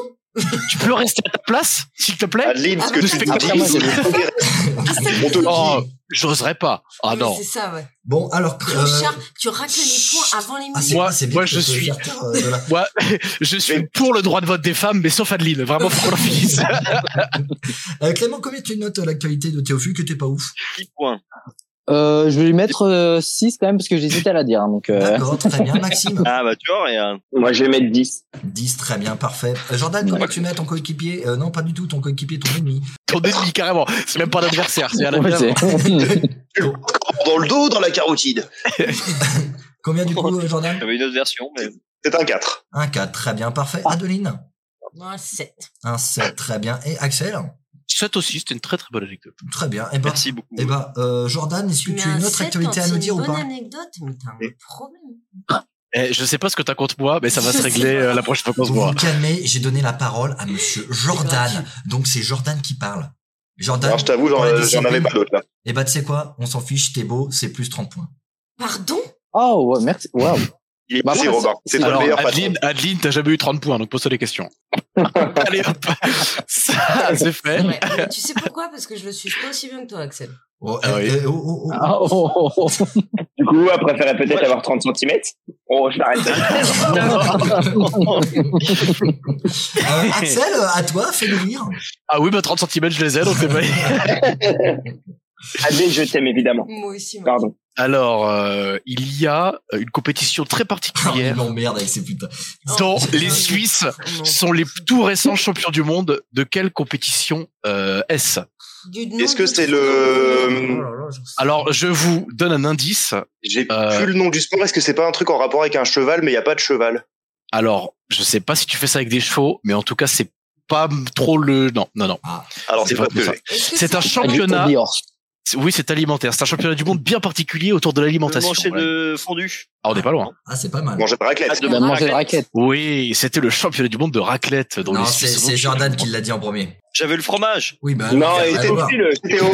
Speaker 5: Tu peux rester à ta place, s'il te plaît.
Speaker 3: Adeline, ce que
Speaker 5: De
Speaker 3: tu
Speaker 5: spectateur,
Speaker 3: dis,
Speaker 9: moi, j'ai le-
Speaker 2: Axel,
Speaker 3: on te
Speaker 5: Oh, j'oserais pas. Ah
Speaker 2: mais
Speaker 5: non.
Speaker 2: c'est ça, ouais.
Speaker 1: Bon, alors. euh,
Speaker 2: Richard, tu racles les points avant les
Speaker 1: ah, c'est
Speaker 2: musiques.
Speaker 5: Moi-
Speaker 1: c'est bien
Speaker 5: moi,
Speaker 1: que
Speaker 5: je
Speaker 1: tu peux
Speaker 5: suis-
Speaker 1: faire taire, euh, de là.
Speaker 5: Moi, je suis pour le droit de vote des femmes, mais sauf Adeline. Vraiment, pour le fils.
Speaker 1: Euh, Clément, combien tu notes euh, l'actualité de Théophile que t'es pas ouf
Speaker 7: Dix points.
Speaker 9: Euh, je vais lui mettre 6 quand même parce que j'hésitais à la dire. hein, Donc, euh,
Speaker 1: D'accord, très bien. Maxime
Speaker 7: Ah bah tu vois, regarde.
Speaker 6: Moi, je vais mettre 10.
Speaker 1: 10, très bien, parfait. Euh, Jordan, comment tu mets ton coéquipier Euh, Non, pas du tout, ton coéquipier, ton ennemi.
Speaker 5: Ton ennemi, carrément. C'est même pas un adversaire. C'est un
Speaker 9: ouais,
Speaker 5: adversaire.
Speaker 9: c'est-
Speaker 3: dans le dos ou dans la carotide
Speaker 1: Combien du coup, euh, Jordan
Speaker 7: J'avais une autre version,
Speaker 1: Eh
Speaker 7: mais
Speaker 1: ben,
Speaker 3: C'est un 4.
Speaker 1: Un 4, très bien, parfait. Adeline
Speaker 2: Moi, 7.
Speaker 1: Un 7, très bien. Et Axel
Speaker 5: 7 aussi, c'était une très très bonne anecdote.
Speaker 1: Très bien. Et ben,
Speaker 7: merci beaucoup.
Speaker 1: eh ben, euh, Jordan, est-ce que
Speaker 2: Mais
Speaker 1: tu as
Speaker 2: un
Speaker 1: une autre
Speaker 2: sept,
Speaker 1: actualité
Speaker 2: quand
Speaker 1: à nous
Speaker 2: c'est
Speaker 1: dire
Speaker 2: une
Speaker 1: ou
Speaker 2: bonne
Speaker 1: pas
Speaker 2: anecdote, mais t'as un problème.
Speaker 5: Eh, je sais pas ce que t'as contre moi, mais ça va
Speaker 2: Je
Speaker 5: se
Speaker 2: sais
Speaker 5: régler
Speaker 2: pas.
Speaker 5: euh, la prochaine fois qu'on se
Speaker 1: Vous vous
Speaker 5: voit.
Speaker 1: calmez, j'ai donné la parole à monsieur Jordan. Donc c'est Jordan qui parle. Jordan,
Speaker 3: Alors, je t'avoue, j'en
Speaker 1: Dans la
Speaker 3: j'en avais
Speaker 1: discipline.
Speaker 3: pas d'autres là.
Speaker 1: eh ben, tu sais quoi On s'en fiche, t'es beau, c'est plus 30 points.
Speaker 2: Pardon
Speaker 9: Oh, ouais, merci. Waouh.
Speaker 3: Il est
Speaker 9: Bah,
Speaker 3: passé,
Speaker 9: après,
Speaker 3: Robin.
Speaker 9: c'est-
Speaker 3: C'est toi le
Speaker 5: Alors,
Speaker 3: meilleur patron.
Speaker 5: Adeline, Adeline t'as jamais eu 30 points, donc pose-toi des questions. Allez, hop. Ça, c'est fait.
Speaker 2: Ouais, mais Tu sais pourquoi Parce que je le suis pas aussi bien que toi, Axel.
Speaker 1: Oh,
Speaker 5: Ah
Speaker 1: eh,
Speaker 5: oui.
Speaker 1: eh, oh, oh, oh.
Speaker 9: Ah, oh, oh, oh.
Speaker 6: Du coup, elle préférait peut-être avoir 30 cm. Oh, je m'arrête.
Speaker 1: Euh, Axel, euh, à toi, fais-nous rire.
Speaker 5: Ah oui, bah 30 cm, je les ai, donc c'est pas...
Speaker 6: Adé, je t'aime évidemment.
Speaker 2: Moi aussi. moi.
Speaker 6: Pardon.
Speaker 5: Alors, euh, il y a une compétition très
Speaker 1: Oh, il
Speaker 5: particulière
Speaker 1: m'emmerde avec ces putains.
Speaker 5: dont
Speaker 2: Oh,
Speaker 5: les
Speaker 2: non,
Speaker 5: Suisses
Speaker 2: non.
Speaker 5: sont les tout récents champions du monde. De quelle compétition euh, est-ce
Speaker 2: Du nom
Speaker 3: Est-ce que
Speaker 2: de-
Speaker 3: c'est le-
Speaker 2: Oh là là, j'en sais-
Speaker 5: Alors, je vous donne un indice.
Speaker 3: J'ai
Speaker 5: Euh.
Speaker 3: plus le nom du sport. Est-ce que c'est pas un truc en rapport avec un cheval, mais il n'y a pas de cheval
Speaker 5: Alors, je sais pas si tu fais ça avec des chevaux, mais en tout cas, c'est pas trop le. Non, non, non.
Speaker 7: Alors,
Speaker 5: C'est
Speaker 7: c'est pas
Speaker 5: pas
Speaker 7: ce que
Speaker 5: ça.
Speaker 7: j'ai.
Speaker 2: Est-ce que
Speaker 5: C'est un championnat. Oui, c'est alimentaire. C'est un championnat du monde bien particulier autour de
Speaker 7: Je
Speaker 5: l'alimentation.
Speaker 7: mangeais
Speaker 5: voilà.
Speaker 7: de fondu.
Speaker 5: Ah, on n'est pas loin.
Speaker 1: Ah, c'est pas mal.
Speaker 3: Manger de raclette.
Speaker 9: Tu vas manger de raquettes.
Speaker 5: Oui, c'était le championnat du monde de raclette. dont
Speaker 1: non,
Speaker 5: les
Speaker 1: c'est
Speaker 5: Suisses
Speaker 1: c'est
Speaker 5: ont-
Speaker 1: Jordan qui l'a dit en premier.
Speaker 7: J'avais le fromage.
Speaker 1: Oui, bah.
Speaker 6: Non,
Speaker 1: oui,
Speaker 6: et
Speaker 1: bah,
Speaker 5: Ah,
Speaker 6: c'est
Speaker 1: bah,
Speaker 6: aussi le Théo.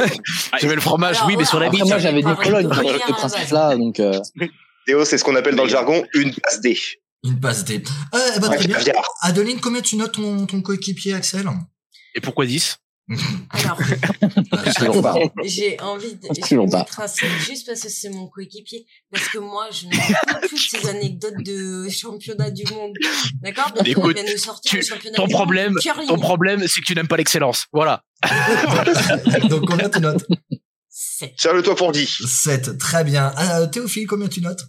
Speaker 5: J'avais le fromage,
Speaker 2: Alors,
Speaker 5: oui, mais sur la
Speaker 2: voilà.
Speaker 5: bite.
Speaker 9: Après, moi, j'avais des
Speaker 2: Ah,
Speaker 9: colonnes
Speaker 2: oui,
Speaker 9: sur
Speaker 2: oui,
Speaker 9: ce
Speaker 2: oui.
Speaker 9: principe-là, donc, euh,
Speaker 3: Théo, c'est ce qu'on appelle dans le jargon une passe D.
Speaker 1: Une passe D. Euh, bah,
Speaker 3: Un
Speaker 1: très bien.
Speaker 3: caviar.
Speaker 1: Adeline, combien tu notes ton, ton coéquipier, Axel
Speaker 5: Et pourquoi 10
Speaker 2: Alors,
Speaker 1: Bah, je-
Speaker 9: toujours pas.
Speaker 2: j'ai envie de,
Speaker 9: On se
Speaker 2: je vais
Speaker 9: toujours
Speaker 2: mettre un seul juste parce que c'est mon coéquipier. Parce que moi, je n'en peux plus de ces anecdotes de championnat du monde. D'accord Donc, on
Speaker 5: Écoute,
Speaker 2: vient de sortir
Speaker 5: tu-
Speaker 2: le championnat
Speaker 5: ton
Speaker 2: du monde
Speaker 5: problème-
Speaker 2: curling.
Speaker 5: Ton problème, c'est que tu n'aimes pas l'excellence. Voilà.
Speaker 1: Donc combien tu notes
Speaker 2: C'est
Speaker 3: Charles-toi pour 10.
Speaker 1: 7, très bien. Euh, Théophile, combien tu notes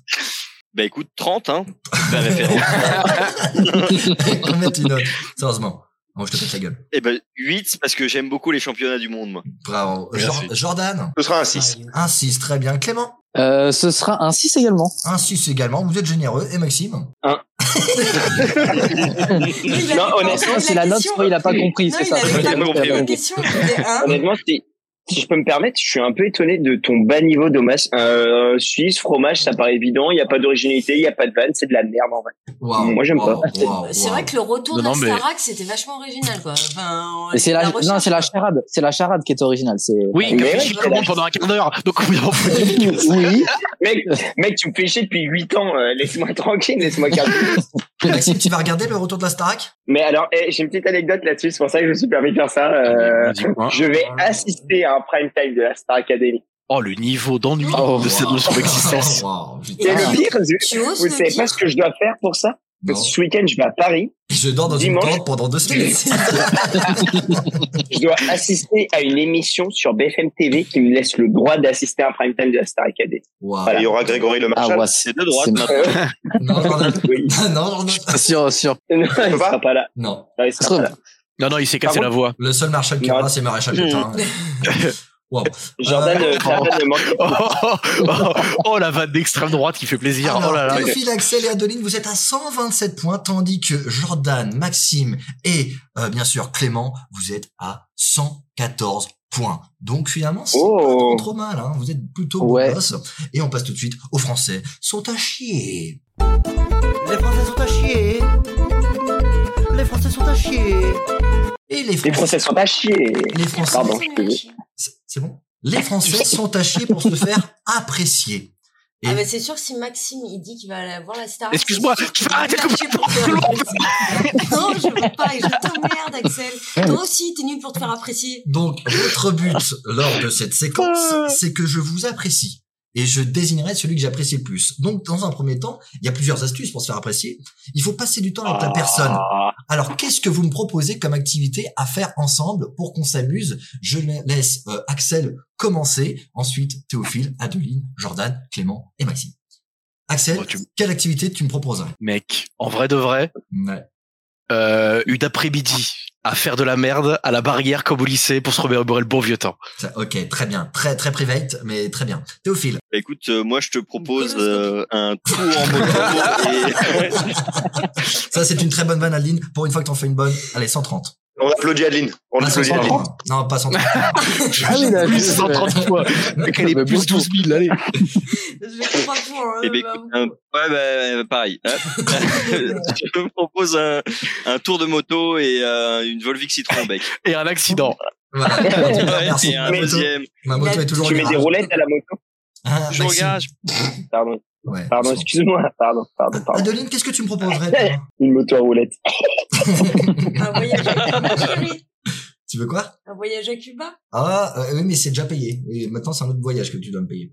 Speaker 7: Bah écoute, 30, hein. La référence.
Speaker 1: Combien tu notes Sérieusement. Bon, je te pète la gueule.
Speaker 7: Eh ben, 8, parce que j'aime beaucoup les championnats du monde, moi.
Speaker 1: Bravo.
Speaker 5: Merci.
Speaker 1: Jor- Jordan
Speaker 3: Ce sera un 6.
Speaker 2: sérieux.
Speaker 1: Un 6, très bien. Clément
Speaker 9: euh, ce sera un 6 également.
Speaker 1: Un 6 également. Vous êtes généreux. Et Maxime
Speaker 2: Il a répondu
Speaker 6: Non,
Speaker 2: à
Speaker 6: honnêtement,
Speaker 9: C'est la note,
Speaker 2: question.
Speaker 9: soit il a pas compris,
Speaker 2: Non,
Speaker 9: c'est
Speaker 2: il
Speaker 9: ça.
Speaker 2: avait pas
Speaker 9: Donc,
Speaker 7: compris,
Speaker 9: euh,
Speaker 2: La question, c'était hein. un.
Speaker 6: Honnêtement, si, si je peux me permettre, je suis un peu étonné de ton bas niveau d'hommage. Euh, Suisse, fromage, ça paraît évident. Il n'y a pas d'originalité, il n'y a pas de vanne, c'est de la merde en vrai.
Speaker 1: Waouh.
Speaker 6: Moi, j'aime pas.
Speaker 1: waouh, waouh,
Speaker 2: C'est
Speaker 1: waouh.
Speaker 2: vrai que le retour
Speaker 5: Non,
Speaker 2: de la
Speaker 5: non, mais-
Speaker 2: Starac, c'était vachement original, quoi. Enfin,
Speaker 9: Et c'est la,
Speaker 2: recherche-
Speaker 9: non, c'est la charade, c'est la charade qui est originale, c'est.
Speaker 5: Oui,
Speaker 6: Mais
Speaker 5: comme
Speaker 6: ouais,
Speaker 5: je
Speaker 6: voilà.
Speaker 5: commande pendant un quart d'heure. Donc, au bout d'un moment,
Speaker 9: oui.
Speaker 6: Mec, mec tu me fais chier depuis 8 ans. euh, laisse-moi tranquille, laisse-moi calme.
Speaker 1: Maxime, tu vas regarder le retour de la Starac
Speaker 6: Mais alors, eh, j'ai une petite anecdote là-dessus, c'est pour ça que je me suis permis de faire ça. euh,
Speaker 5: Dis-moi.
Speaker 6: je vais assister à un prime time de la Star Academy.
Speaker 5: Oh, le niveau d'ennui
Speaker 9: Oh,
Speaker 5: de, cette- de son existence.
Speaker 1: Waouh,
Speaker 6: Et
Speaker 1: putain.
Speaker 9: Ah.
Speaker 6: le pire, je-
Speaker 2: Tu oses
Speaker 6: vous
Speaker 2: le
Speaker 6: savez
Speaker 2: dire
Speaker 6: pas ce que je dois faire pour ça
Speaker 1: Non.
Speaker 6: Ce week-end, je vais à Paris.
Speaker 1: Et Je dors dans une
Speaker 6: Dimanche.
Speaker 1: tente pendant deux semaines.
Speaker 6: Je dois assister à une émission sur BFM TV qui me laisse le droit d'assister à un prime time de la Star Academy.
Speaker 1: Waouh.
Speaker 3: Et il y aura Grégory Le
Speaker 9: Ah,
Speaker 3: Marchal.
Speaker 9: ouais,
Speaker 7: C'est de droite,
Speaker 9: c'est-
Speaker 7: maintenant.
Speaker 1: Non, Jordan.
Speaker 6: Oui.
Speaker 1: Non, Jordan.
Speaker 9: Sur, sur,
Speaker 6: Non, il sera pas là.
Speaker 1: Non.
Speaker 6: Non, il sera pas là.
Speaker 5: Non, non, il s'est cassé
Speaker 6: Pardon
Speaker 5: la voix.
Speaker 1: Le seul Marshall qui
Speaker 6: Non.
Speaker 1: aura, c'est Maréchal Pétain.
Speaker 5: Mmh.
Speaker 1: Waouh.
Speaker 6: Jordan,
Speaker 1: Euh,
Speaker 6: euh, Jordan ne manque
Speaker 5: Oh, oh, oh, oh, la vanne d'extrême droite qui fait plaisir.
Speaker 1: Alors,
Speaker 5: oh là là.
Speaker 1: Théophile, Axel et Adeline, vous êtes à 127 points, tandis que Jordan, Maxime et euh, bien sûr Clément, vous êtes à 114 points. Donc finalement, c'est
Speaker 6: Oh.
Speaker 1: pas trop, trop mal. Hein. Vous êtes plutôt bon
Speaker 9: Ouais.
Speaker 1: boss. Et on passe tout de suite aux Français. Sont à chier.
Speaker 8: Les Français sont à chier. Les Français sont à chier.
Speaker 1: Et les
Speaker 6: Les
Speaker 1: Français.
Speaker 6: Français sont pas chiés.
Speaker 1: Les Français.
Speaker 6: Pardon, je peux-
Speaker 1: C'est c'est bon. Les Français sont à chier pour se faire apprécier.
Speaker 2: Ah bah c'est sûr que si Maxime il dit qu'il va aller voir la Starac.
Speaker 5: Excuse-moi,
Speaker 2: c'est sûr
Speaker 5: tu
Speaker 2: qu'il
Speaker 5: vas
Speaker 2: va
Speaker 5: arrêter de
Speaker 2: faire
Speaker 5: couper
Speaker 2: chier pour
Speaker 5: le
Speaker 2: faire
Speaker 5: parole.
Speaker 2: apprécier. Non, je veux pas, et je t'emmerde Axel. Toi aussi, t'es nul pour te faire apprécier.
Speaker 1: Donc, votre but lors de cette séquence, c'est que je vous apprécie. Et je désignerai celui que j'apprécie le plus. Donc, dans un premier temps, il y a plusieurs astuces pour se faire apprécier. Il faut passer du temps avec
Speaker 5: Ah.
Speaker 1: la personne.
Speaker 7: Ah.
Speaker 1: Alors, qu'est-ce que vous me proposez comme activité à faire ensemble pour qu'on s'amuse Je la- laisse euh, Axel commencer, ensuite Théophile, Adeline, Jordan, Clément et Maxime. Axel,
Speaker 5: Oh, tu-
Speaker 1: quelle activité tu me proposerais
Speaker 5: Mec, en vrai de vrai, euh, une après-midi à faire de la merde à la barrière comme au lycée pour se remémorer le bon vieux temps.
Speaker 1: Ça- Ok, très bien. Très, très private, mais très bien. Théophile,
Speaker 7: Bah écoute, euh, moi je te propose
Speaker 2: Coloscopie.
Speaker 7: euh, un tour en moto.
Speaker 1: ça c'est une très bonne vanne, Adeline. Pour une fois que t'en fais une bonne, allez, 130.
Speaker 3: On applaudit Adeline. On
Speaker 1: Pas
Speaker 3: applaudit Adeline.
Speaker 1: 130. Non, pas 130.
Speaker 9: Ah oui, là,
Speaker 5: plus
Speaker 9: je-
Speaker 5: 130 fois. Mec, elle est
Speaker 9: Mais
Speaker 5: plus
Speaker 9: beaucoup.
Speaker 5: 12 000, allez.
Speaker 2: Je vais trois points. hein,
Speaker 9: Eh
Speaker 7: Et, et ben,
Speaker 2: bah,
Speaker 7: écoute, un- ouais, bah, pareil. Hop. je te propose un, un tour de moto et euh, une Volvic Citroën bec.
Speaker 5: Et un accident.
Speaker 1: Voilà. Eh ben, Merci.
Speaker 7: et un
Speaker 1: Ma moto,
Speaker 7: deuxième.
Speaker 1: ma moto est toujours Ah,
Speaker 6: Tu mets des roulettes à la moto
Speaker 7: Je vous engage.
Speaker 6: Pardon, pardon, excuse-moi. Pardon, pardon, pardon.
Speaker 1: Adeline, qu'est-ce que tu me proposerais toi
Speaker 6: Une moto à roulette.
Speaker 2: Un voyage à Cuba, chérie.
Speaker 1: Tu veux quoi
Speaker 2: Un voyage à Cuba.
Speaker 1: Ah, euh, oui, mais c'est déjà payé. Et maintenant, c'est un autre voyage que tu dois me payer.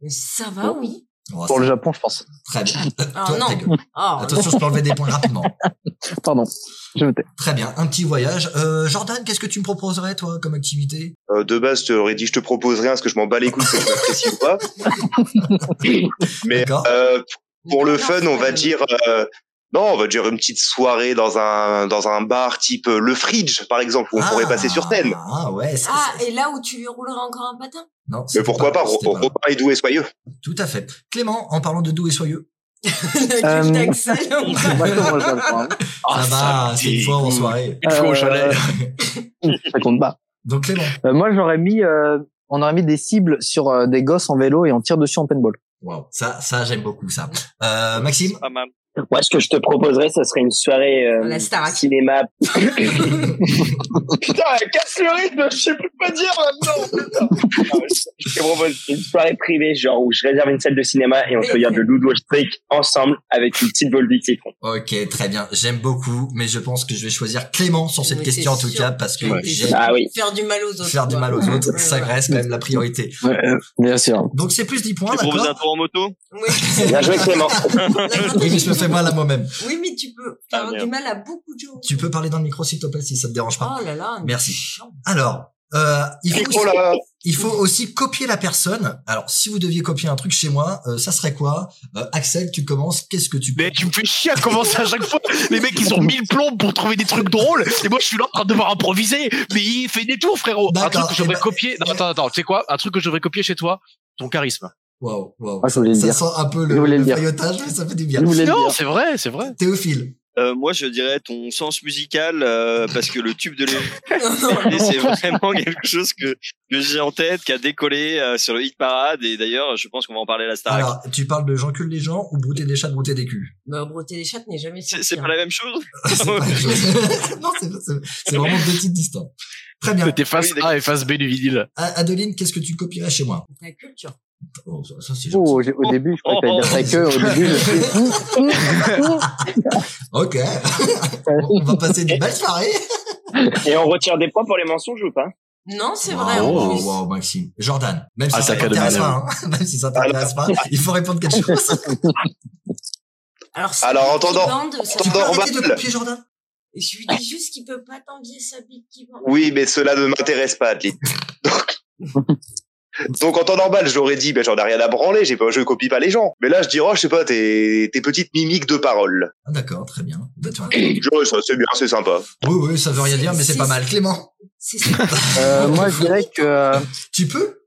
Speaker 2: Mais ça va, oui.
Speaker 1: Oh,
Speaker 9: pour
Speaker 1: c'est
Speaker 9: le Japon, je pense.
Speaker 1: Très bien.
Speaker 2: Ah,
Speaker 1: Toi,
Speaker 2: non.
Speaker 1: ta gueule.
Speaker 2: Ah,
Speaker 1: Attention, je peux enlever des points rapidement.
Speaker 9: Pardon. Je me tais.
Speaker 1: Très bien, un petit voyage. Euh, Jordan, qu'est-ce que tu me proposerais, toi, comme activité
Speaker 3: Euh, de base, je t'aurais dit je te propose rien parce que je m'en bats les couilles que tu m'apprécies ou pas. Mais
Speaker 1: D'accord.
Speaker 3: euh, pour le
Speaker 2: Non,
Speaker 3: fun,
Speaker 2: c'est
Speaker 3: on
Speaker 2: pas
Speaker 3: va
Speaker 2: le-
Speaker 3: dire euh, non, on va dire une petite soirée dans un dans un bar type euh, le Fridge par exemple où on pourrait passer sur scène.
Speaker 1: Ah, ouais. c'est-
Speaker 2: Ah,
Speaker 1: c'est-
Speaker 2: et là où tu lui rouleras encore un patin
Speaker 1: non, c'était
Speaker 3: Mais pourquoi pas,
Speaker 1: c'était
Speaker 3: Robin est doux et soyeux.
Speaker 1: Tout à fait. Clément, en parlant de doux et soyeux.
Speaker 2: le
Speaker 9: Euh,
Speaker 2: culte d'Axel, on va-
Speaker 5: Ah,
Speaker 1: ça va, c'est une fois en soirée.
Speaker 9: Euh,
Speaker 4: ça compte pas.
Speaker 1: Donc Clément.
Speaker 4: Euh, moi, j'aurais mis, euh, on aurait mis des cibles sur euh, des gosses en vélo et on tire dessus en paintball.
Speaker 1: Wow, ça, ça j'aime beaucoup ça. Euh, Maxime
Speaker 6: Moi, ce que je te proposerais, ça serait une soirée euh,
Speaker 2: La Starac.
Speaker 6: cinéma. putain, elle casse le rythme, je sais plus quoi dire maintenant. putain. Non, je- je te propose une soirée privée, genre où je réserve une salle de cinéma et on se regarde le Ludo Streak ensemble avec une petite boule de citron.
Speaker 1: Ok, très bien. J'aime beaucoup, mais je pense que je vais choisir Clément sur cette
Speaker 2: Oui,
Speaker 1: question en
Speaker 2: c'est
Speaker 1: tout
Speaker 2: sûr.
Speaker 1: cas parce que
Speaker 2: Ouais.
Speaker 1: j'aime
Speaker 6: Ah oui.
Speaker 2: Faire du mal aux autres.
Speaker 1: faire du
Speaker 2: quoi.
Speaker 1: mal aux autres.
Speaker 2: Ouais,
Speaker 1: Ça
Speaker 2: ouais.
Speaker 1: reste quand même la priorité.
Speaker 9: euh, Bien sûr.
Speaker 1: Donc c'est plus 10 points,
Speaker 7: Tu proposes un
Speaker 1: d'accord
Speaker 7: tour en moto
Speaker 2: Oui.
Speaker 6: Bien joué, Clément.
Speaker 1: Oui, mais je me fais mal à moi-même.
Speaker 2: Oui, mais tu peux
Speaker 7: Ah,
Speaker 2: faire du
Speaker 7: merde.
Speaker 2: mal à beaucoup de gens.
Speaker 1: Tu peux parler dans le micro s'il te plaît si ça te dérange pas.
Speaker 2: Oh là là.
Speaker 1: Merci.
Speaker 2: chiant.
Speaker 1: Alors, euh, il, faut
Speaker 3: Micro
Speaker 1: aussi,
Speaker 3: là.
Speaker 1: il faut aussi copier la personne. Alors si vous deviez copier un truc chez moi, euh, ça serait quoi Euh, Axel, tu commences. Qu'est-ce que tu
Speaker 5: Mais tu me fais chier à commencer à chaque fois. Les mecs, ils ont mille plombes pour trouver des trucs drôles. Et moi, je suis là en train de devoir improviser. Mais il fait des tours, frérot. Un
Speaker 1: D'accord,
Speaker 5: truc que je devrais
Speaker 1: eh ben,
Speaker 5: copier. Non,
Speaker 1: eh-
Speaker 5: attends, attends. Tu sais quoi Un truc que je devrais copier chez toi Ton charisme.
Speaker 1: Wow, wow.
Speaker 9: Moi, Ah, je voulais le
Speaker 1: Ça
Speaker 9: dire.
Speaker 1: sent un peu le,
Speaker 9: Je voulais
Speaker 1: le
Speaker 9: le dire.
Speaker 1: faillotage, mais ça fait du bien.
Speaker 9: Je voulais le
Speaker 5: Non,
Speaker 9: dire.
Speaker 5: c'est vrai, c'est
Speaker 6: Ah
Speaker 5: vrai.
Speaker 1: Théophile.
Speaker 7: Euh, Moi, je dirais ton sens musical, euh, parce que le tube de l'été,
Speaker 2: Non, non.
Speaker 7: c'est vraiment quelque chose que, que j'ai en tête, qui a décollé euh, sur le hit parade. Et d'ailleurs, je pense qu'on va en parler à la Starac.
Speaker 1: Alors, tu parles de j'encule les gens ou brouter des chats, brouter des culs
Speaker 2: Bah, broter les chattes n'est jamais
Speaker 7: C'est
Speaker 2: sorti.
Speaker 7: c'est
Speaker 2: hein.
Speaker 7: pas la même chose
Speaker 1: C'est pas la chose. Non, c'est c'est- c'est vraiment deux titres distincts. Très bien.
Speaker 5: C'était face
Speaker 7: Oui, d'accord.
Speaker 5: A et face B du vinyle.
Speaker 1: A- Adeline, qu'est-ce que tu copierais chez moi
Speaker 2: Ta culture.
Speaker 1: Oh, ça, ça, c'est
Speaker 4: Oh,
Speaker 1: gentil.
Speaker 4: j'ai- au début, je croyais que t'allais dire ça que.
Speaker 9: Oh,
Speaker 4: Au début, je
Speaker 1: Ok. On va passer une belle soirée.
Speaker 6: Et on retire des points pour les mensonges ou pas
Speaker 2: Non, c'est
Speaker 1: Wow,
Speaker 2: vrai. en plus.
Speaker 1: wow, Maxime. Jordan, même si ça
Speaker 5: Attaque à
Speaker 1: t'intéresse
Speaker 5: Domino.
Speaker 1: pas, hein, même si ça t'intéresse pas, il faut répondre quelque chose.
Speaker 2: Alors,
Speaker 3: Alors, en tendant-
Speaker 1: Tu peux
Speaker 3: tendant-
Speaker 1: arrêter de
Speaker 3: Normal.
Speaker 1: copier Jordan
Speaker 2: Je lui dis juste qu'il peut pas t'envier sa bite qui vend.
Speaker 3: Oui, mais cela ne m'intéresse pas, Adeline. Donc, donc en temps normal, je l'aurais dit, ben, j'en ai rien à branler, j'ai pas, je copie pas les gens. Mais là, je dirais, oh, je sais pas, tes, tes petites mimiques de parole.
Speaker 1: Ah, D'accord, très bien. Bah, tu vois.
Speaker 3: Je dirais, ça, c'est bien, c'est sympa.
Speaker 1: Oui, oui, ça veut rien dire, mais c'est
Speaker 2: Si,
Speaker 1: pas
Speaker 2: si.
Speaker 1: mal. Clément,
Speaker 2: C'est ça.
Speaker 4: euh, Moi, je dirais que. euh,
Speaker 1: tu peux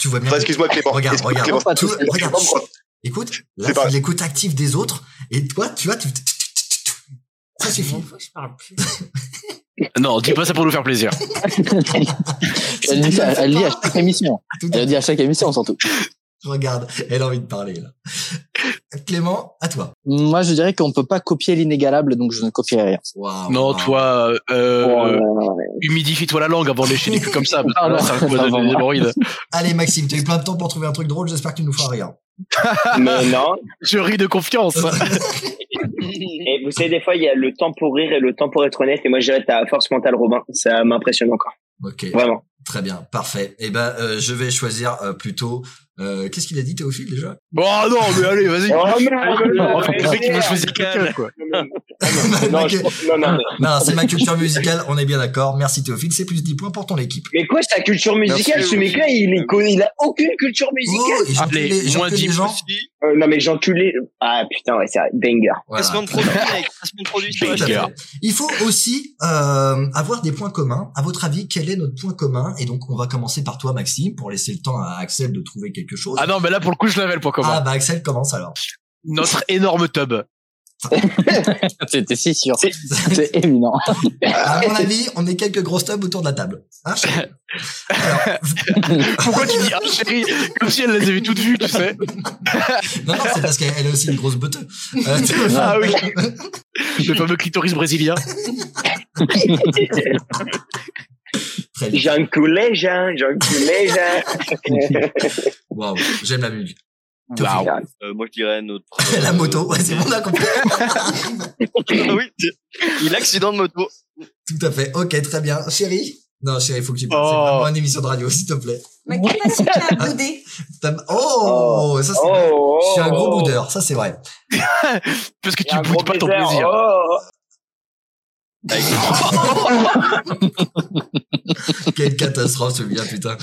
Speaker 1: Tu vois bien.
Speaker 3: Enfin, excuse-moi, Clément.
Speaker 1: Regarde,
Speaker 3: Excuse-moi,
Speaker 1: regarde.
Speaker 3: Clément.
Speaker 4: pas
Speaker 1: Tu-
Speaker 4: tout seul.
Speaker 1: regarde.
Speaker 3: Excuse-moi,
Speaker 1: Écoute, là,
Speaker 3: C'est
Speaker 1: c'est
Speaker 3: pas-
Speaker 1: l'écoute active des autres. Et toi, tu vois, tu... ça
Speaker 2: Il
Speaker 1: suffit.
Speaker 2: faut que je parle plus.
Speaker 5: Non, dis pas ça pour nous faire plaisir.
Speaker 9: Elle dit, ça- elle dit à chaque émission.
Speaker 1: Tout
Speaker 9: Elle dit à chaque émission, surtout.
Speaker 1: Regarde, elle a envie de parler là. Clément, à toi.
Speaker 9: Moi, je dirais qu'on peut pas copier l'inégalable, donc je ne copierai rien.
Speaker 1: Waouh.
Speaker 5: Non, toi,
Speaker 6: Ah. Oh là
Speaker 5: euh,
Speaker 6: là. Ah,
Speaker 5: humidifie-toi la langue avant de lécher des culs comme ça. parce que
Speaker 9: Pardon.
Speaker 5: là, ça va causer des hémorroïdes.
Speaker 1: Allez Maxime, t'as eu plein de temps pour trouver un truc drôle. J'espère que tu nous feras rire.
Speaker 6: Mais non.
Speaker 5: Je ris de confiance.
Speaker 6: Et vous savez, des fois, il y a le temps pour rire et le temps pour être honnête. Et moi, je dirais ta force mentale, Robin. Ça m'impressionne encore.
Speaker 1: Ok,
Speaker 6: Vraiment.
Speaker 1: très bien, parfait. Eh ben, euh, je vais choisir euh, plutôt. euh, Qu'est-ce qu'il a dit Théophile déjà
Speaker 5: Oh non, mais allez, vas-y.
Speaker 6: Oh, mais-
Speaker 5: Enfin, le mec, il veut choisir quelqu'un, quoi.
Speaker 1: Ah
Speaker 6: Non,
Speaker 1: Ok.
Speaker 6: je- non, non, mais-
Speaker 1: Non, c'est ma culture musicale. On est bien d'accord. Merci Théophile. C'est plus 10 points pour ton équipe.
Speaker 6: Mais quoi, sa culture musicale,
Speaker 7: Merci,
Speaker 6: ce mec-là, il, est con- il a aucune culture musicale.
Speaker 1: Oh, et j'encule
Speaker 5: Allez,
Speaker 1: les,
Speaker 5: moins
Speaker 1: j'encule les
Speaker 5: 10
Speaker 1: gens.
Speaker 7: aussi.
Speaker 6: Euh, non, mais j'enculé. Ah putain, ouais, c'est vrai, banger.
Speaker 1: Voilà.
Speaker 7: Placement de produit, mec. Placement de produit,
Speaker 1: Tout à
Speaker 7: c'est
Speaker 1: fait.
Speaker 5: Banger.
Speaker 1: Il faut aussi euh, avoir des points communs. À votre avis, quel est notre point commun Et donc, on va commencer par toi, Maxime, pour laisser le temps à Axel de trouver quelque chose.
Speaker 5: Ah non, mais là, pour le coup, je l'avais le point commun.
Speaker 1: Ah, bah Axel commence alors.
Speaker 5: Notre énorme tub.
Speaker 9: C'était si sûr. C'est évident.
Speaker 1: À mon avis, on est quelques grosses tubs autour de la table. Hein, chérie Alors,
Speaker 5: Pourquoi tu dis ah chérie Comme si elle les avait toutes vues, tu sais.
Speaker 1: non, non, c'est parce qu'elle est aussi une grosse beuteuse. Euh, tu-
Speaker 5: Ah oui. Le fameux clitoris brésilien.
Speaker 1: Très bien.
Speaker 6: J'enculé, Jean. J'enculé, Jean.
Speaker 1: Waouh, j'aime la musique.
Speaker 5: Waouh.
Speaker 7: Euh, moi, je dirais notre.
Speaker 1: La
Speaker 7: euh,
Speaker 1: moto, ouais, c'est bon, on a compris.
Speaker 7: Ah oui, il accident de moto.
Speaker 1: Tout à fait. Ok, très bien. Chérie Non, chérie, il faut que tu parles. C'est
Speaker 5: Oh.
Speaker 1: vraiment une émission de radio, s'il te plaît.
Speaker 2: Ma capacité à bouder.
Speaker 1: T'as- Oh, ça c'est vrai.
Speaker 6: Oh,
Speaker 1: Je suis un gros
Speaker 6: oh,
Speaker 1: boudeur, ça c'est vrai.
Speaker 5: Parce que
Speaker 6: Il y a
Speaker 5: tu
Speaker 6: un gros
Speaker 5: boudes pas ton
Speaker 6: baiser.
Speaker 5: plaisir.
Speaker 6: Oh,
Speaker 1: Quelle catastrophe celui-là, putain.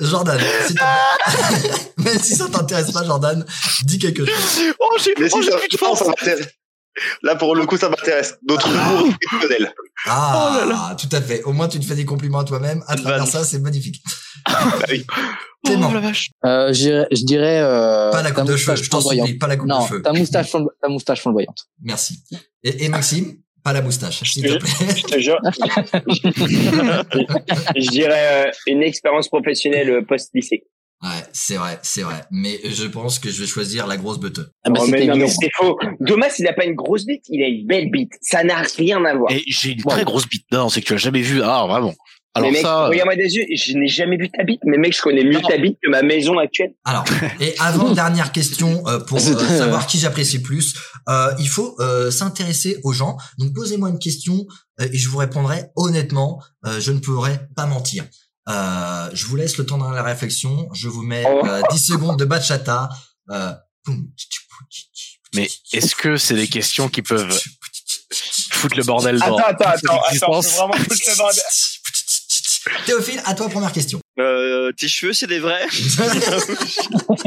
Speaker 1: Jordan, si tu- même si ça t'intéresse pas, Jordan, dis quelque chose.
Speaker 5: Oh, j'ai
Speaker 3: Mais si
Speaker 6: hein.
Speaker 5: oh, j'ai
Speaker 3: ça,
Speaker 5: plus de
Speaker 3: non,
Speaker 5: force.
Speaker 3: ça m'intéresse- Là, pour le coup, ça m'intéresse. Notre humour exceptionnel.
Speaker 1: Ah,
Speaker 6: Oh
Speaker 1: tout à fait. Au moins, tu te fais des compliments à toi-même. À travers ça, c'est magnifique. Clément.
Speaker 9: Euh, j'irais- je dirais. euh,
Speaker 1: Pas la
Speaker 9: ta
Speaker 1: coupe de
Speaker 9: moustache
Speaker 1: cheveux, je t'en
Speaker 9: flamboyante.
Speaker 1: supplie, pas la coupe
Speaker 9: non,
Speaker 1: de cheveux.
Speaker 9: ta moustache, flamb- ta moustache flamboyante.
Speaker 1: Merci. Et, et Maxime, pas la moustache, s'il te plaît.
Speaker 6: Je te jure. je, je dirais euh, une expérience professionnelle euh, post-lycée.
Speaker 1: Ouais, c'est vrai, c'est vrai. Mais je pense que je vais choisir la grosse beuteuse.
Speaker 5: Ah, bah,
Speaker 6: Oh, mais non, mais c'est faux. Thomas, il a pas une grosse bite, il a une belle bite. Ça n'a rien à voir.
Speaker 5: Et j'ai une très grosse bite. Non, c'est que tu l'as jamais vu. Ah, vraiment. Alors
Speaker 6: mais mec,
Speaker 5: ça. euh,
Speaker 6: regarde-moi des yeux, je n'ai jamais vu ta bite, mais mec, je connais mieux ta bite que ma maison actuelle.
Speaker 1: Alors, et avant dernière question euh, pour euh, savoir qui j'apprécie plus, euh, il faut euh, s'intéresser aux gens. Donc posez-moi une question euh, et je vous répondrai honnêtement. Euh, je ne pourrai pas mentir. Euh, je vous laisse le temps dans la réflexion. Je vous mets euh, 10 secondes de bachata. Euh, poum, tchou,
Speaker 5: Mais est-ce que c'est des questions qui peuvent foutre le bordel dans toute l'existence
Speaker 1: Théophile, à toi première question.
Speaker 7: Euh, tes cheveux, c'est des vrais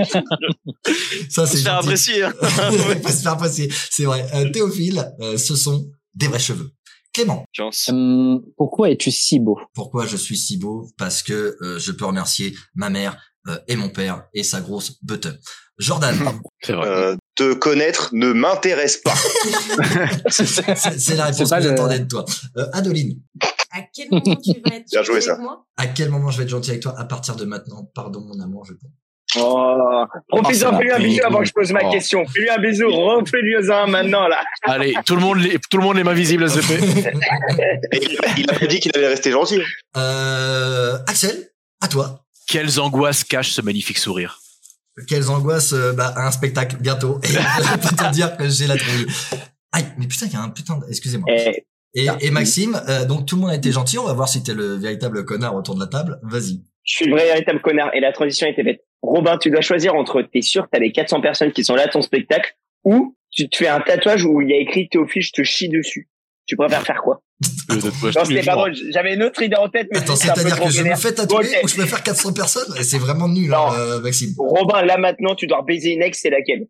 Speaker 1: Ça c'est
Speaker 7: Se
Speaker 1: gentil.
Speaker 7: faire apprécier. hein.
Speaker 1: Faut pas se faire apprécier. C'est vrai. Euh, Théophile, euh, ce sont des vrais cheveux. Clément.
Speaker 7: Chance.
Speaker 9: Hum, pourquoi es-tu si beau
Speaker 1: Pourquoi je suis si beau Parce que euh, je peux remercier ma mère euh, et mon père et sa grosse butte.
Speaker 9: Ah.
Speaker 1: Jordan,
Speaker 5: C'est vrai.
Speaker 3: Euh, te connaître ne m'intéresse pas.
Speaker 1: c'est c'est la réponse
Speaker 9: C'est pas
Speaker 1: que
Speaker 9: le-
Speaker 1: j'attendais de toi. Euh, Adeline,
Speaker 2: À quel moment tu vas être
Speaker 3: Bien joué,
Speaker 2: avec
Speaker 3: ça.
Speaker 2: moi
Speaker 1: à quel moment je vais être gentil avec toi à partir de maintenant Pardon mon amour, je pense.
Speaker 6: Oh,
Speaker 5: Oh,
Speaker 6: profite-en,
Speaker 1: Ah,
Speaker 5: ça
Speaker 6: fais-lui
Speaker 5: va,
Speaker 6: un bisou
Speaker 5: oui.
Speaker 6: avant que je pose ma
Speaker 5: Oh.
Speaker 6: question. Fais-lui un bisou, refais-lui un maintenant, là.
Speaker 5: Allez, tout le monde, les, tout le monde les mains visibles à CP.
Speaker 3: Et il, a, il a pas dit qu'il allait rester gentil.
Speaker 1: Euh, Axel, à toi.
Speaker 5: Quelles angoisses cache ce magnifique sourire
Speaker 1: Quelles angoisses euh, bah, à un spectacle bientôt. Et je peux te dire que j'ai la trouille. Aïe, mais putain, il y a un putain. de- Excusez-moi.
Speaker 6: Eh,
Speaker 1: Et, et Maxime, euh, donc tout le monde a été gentil. On va voir si t'es le véritable connard autour de la table. Vas-y.
Speaker 6: je suis le vrai véritable connard et la transition était faite. Robin, tu dois choisir entre t'es sûr que t'as les 400 personnes qui sont là à ton spectacle ou tu te fais un tatouage où il y a écrit Théophile, je te chie dessus. Tu préfères faire quoi
Speaker 5: Le tatouage
Speaker 6: Non,
Speaker 5: tous les
Speaker 6: c'était pas
Speaker 5: jours.
Speaker 6: drôle. J'avais une autre idée en tête, mais
Speaker 1: Attends,
Speaker 6: c'est un peu
Speaker 1: c'est-à-dire
Speaker 6: trop
Speaker 1: que je me
Speaker 6: vénère.
Speaker 1: fais tatouer
Speaker 6: Ok.
Speaker 1: ou je me faire 400 personnes Et c'est vraiment nul, hein,
Speaker 6: Non.
Speaker 1: euh, Maxime.
Speaker 6: Robin, là maintenant, tu dois baiser une ex, c'est laquelle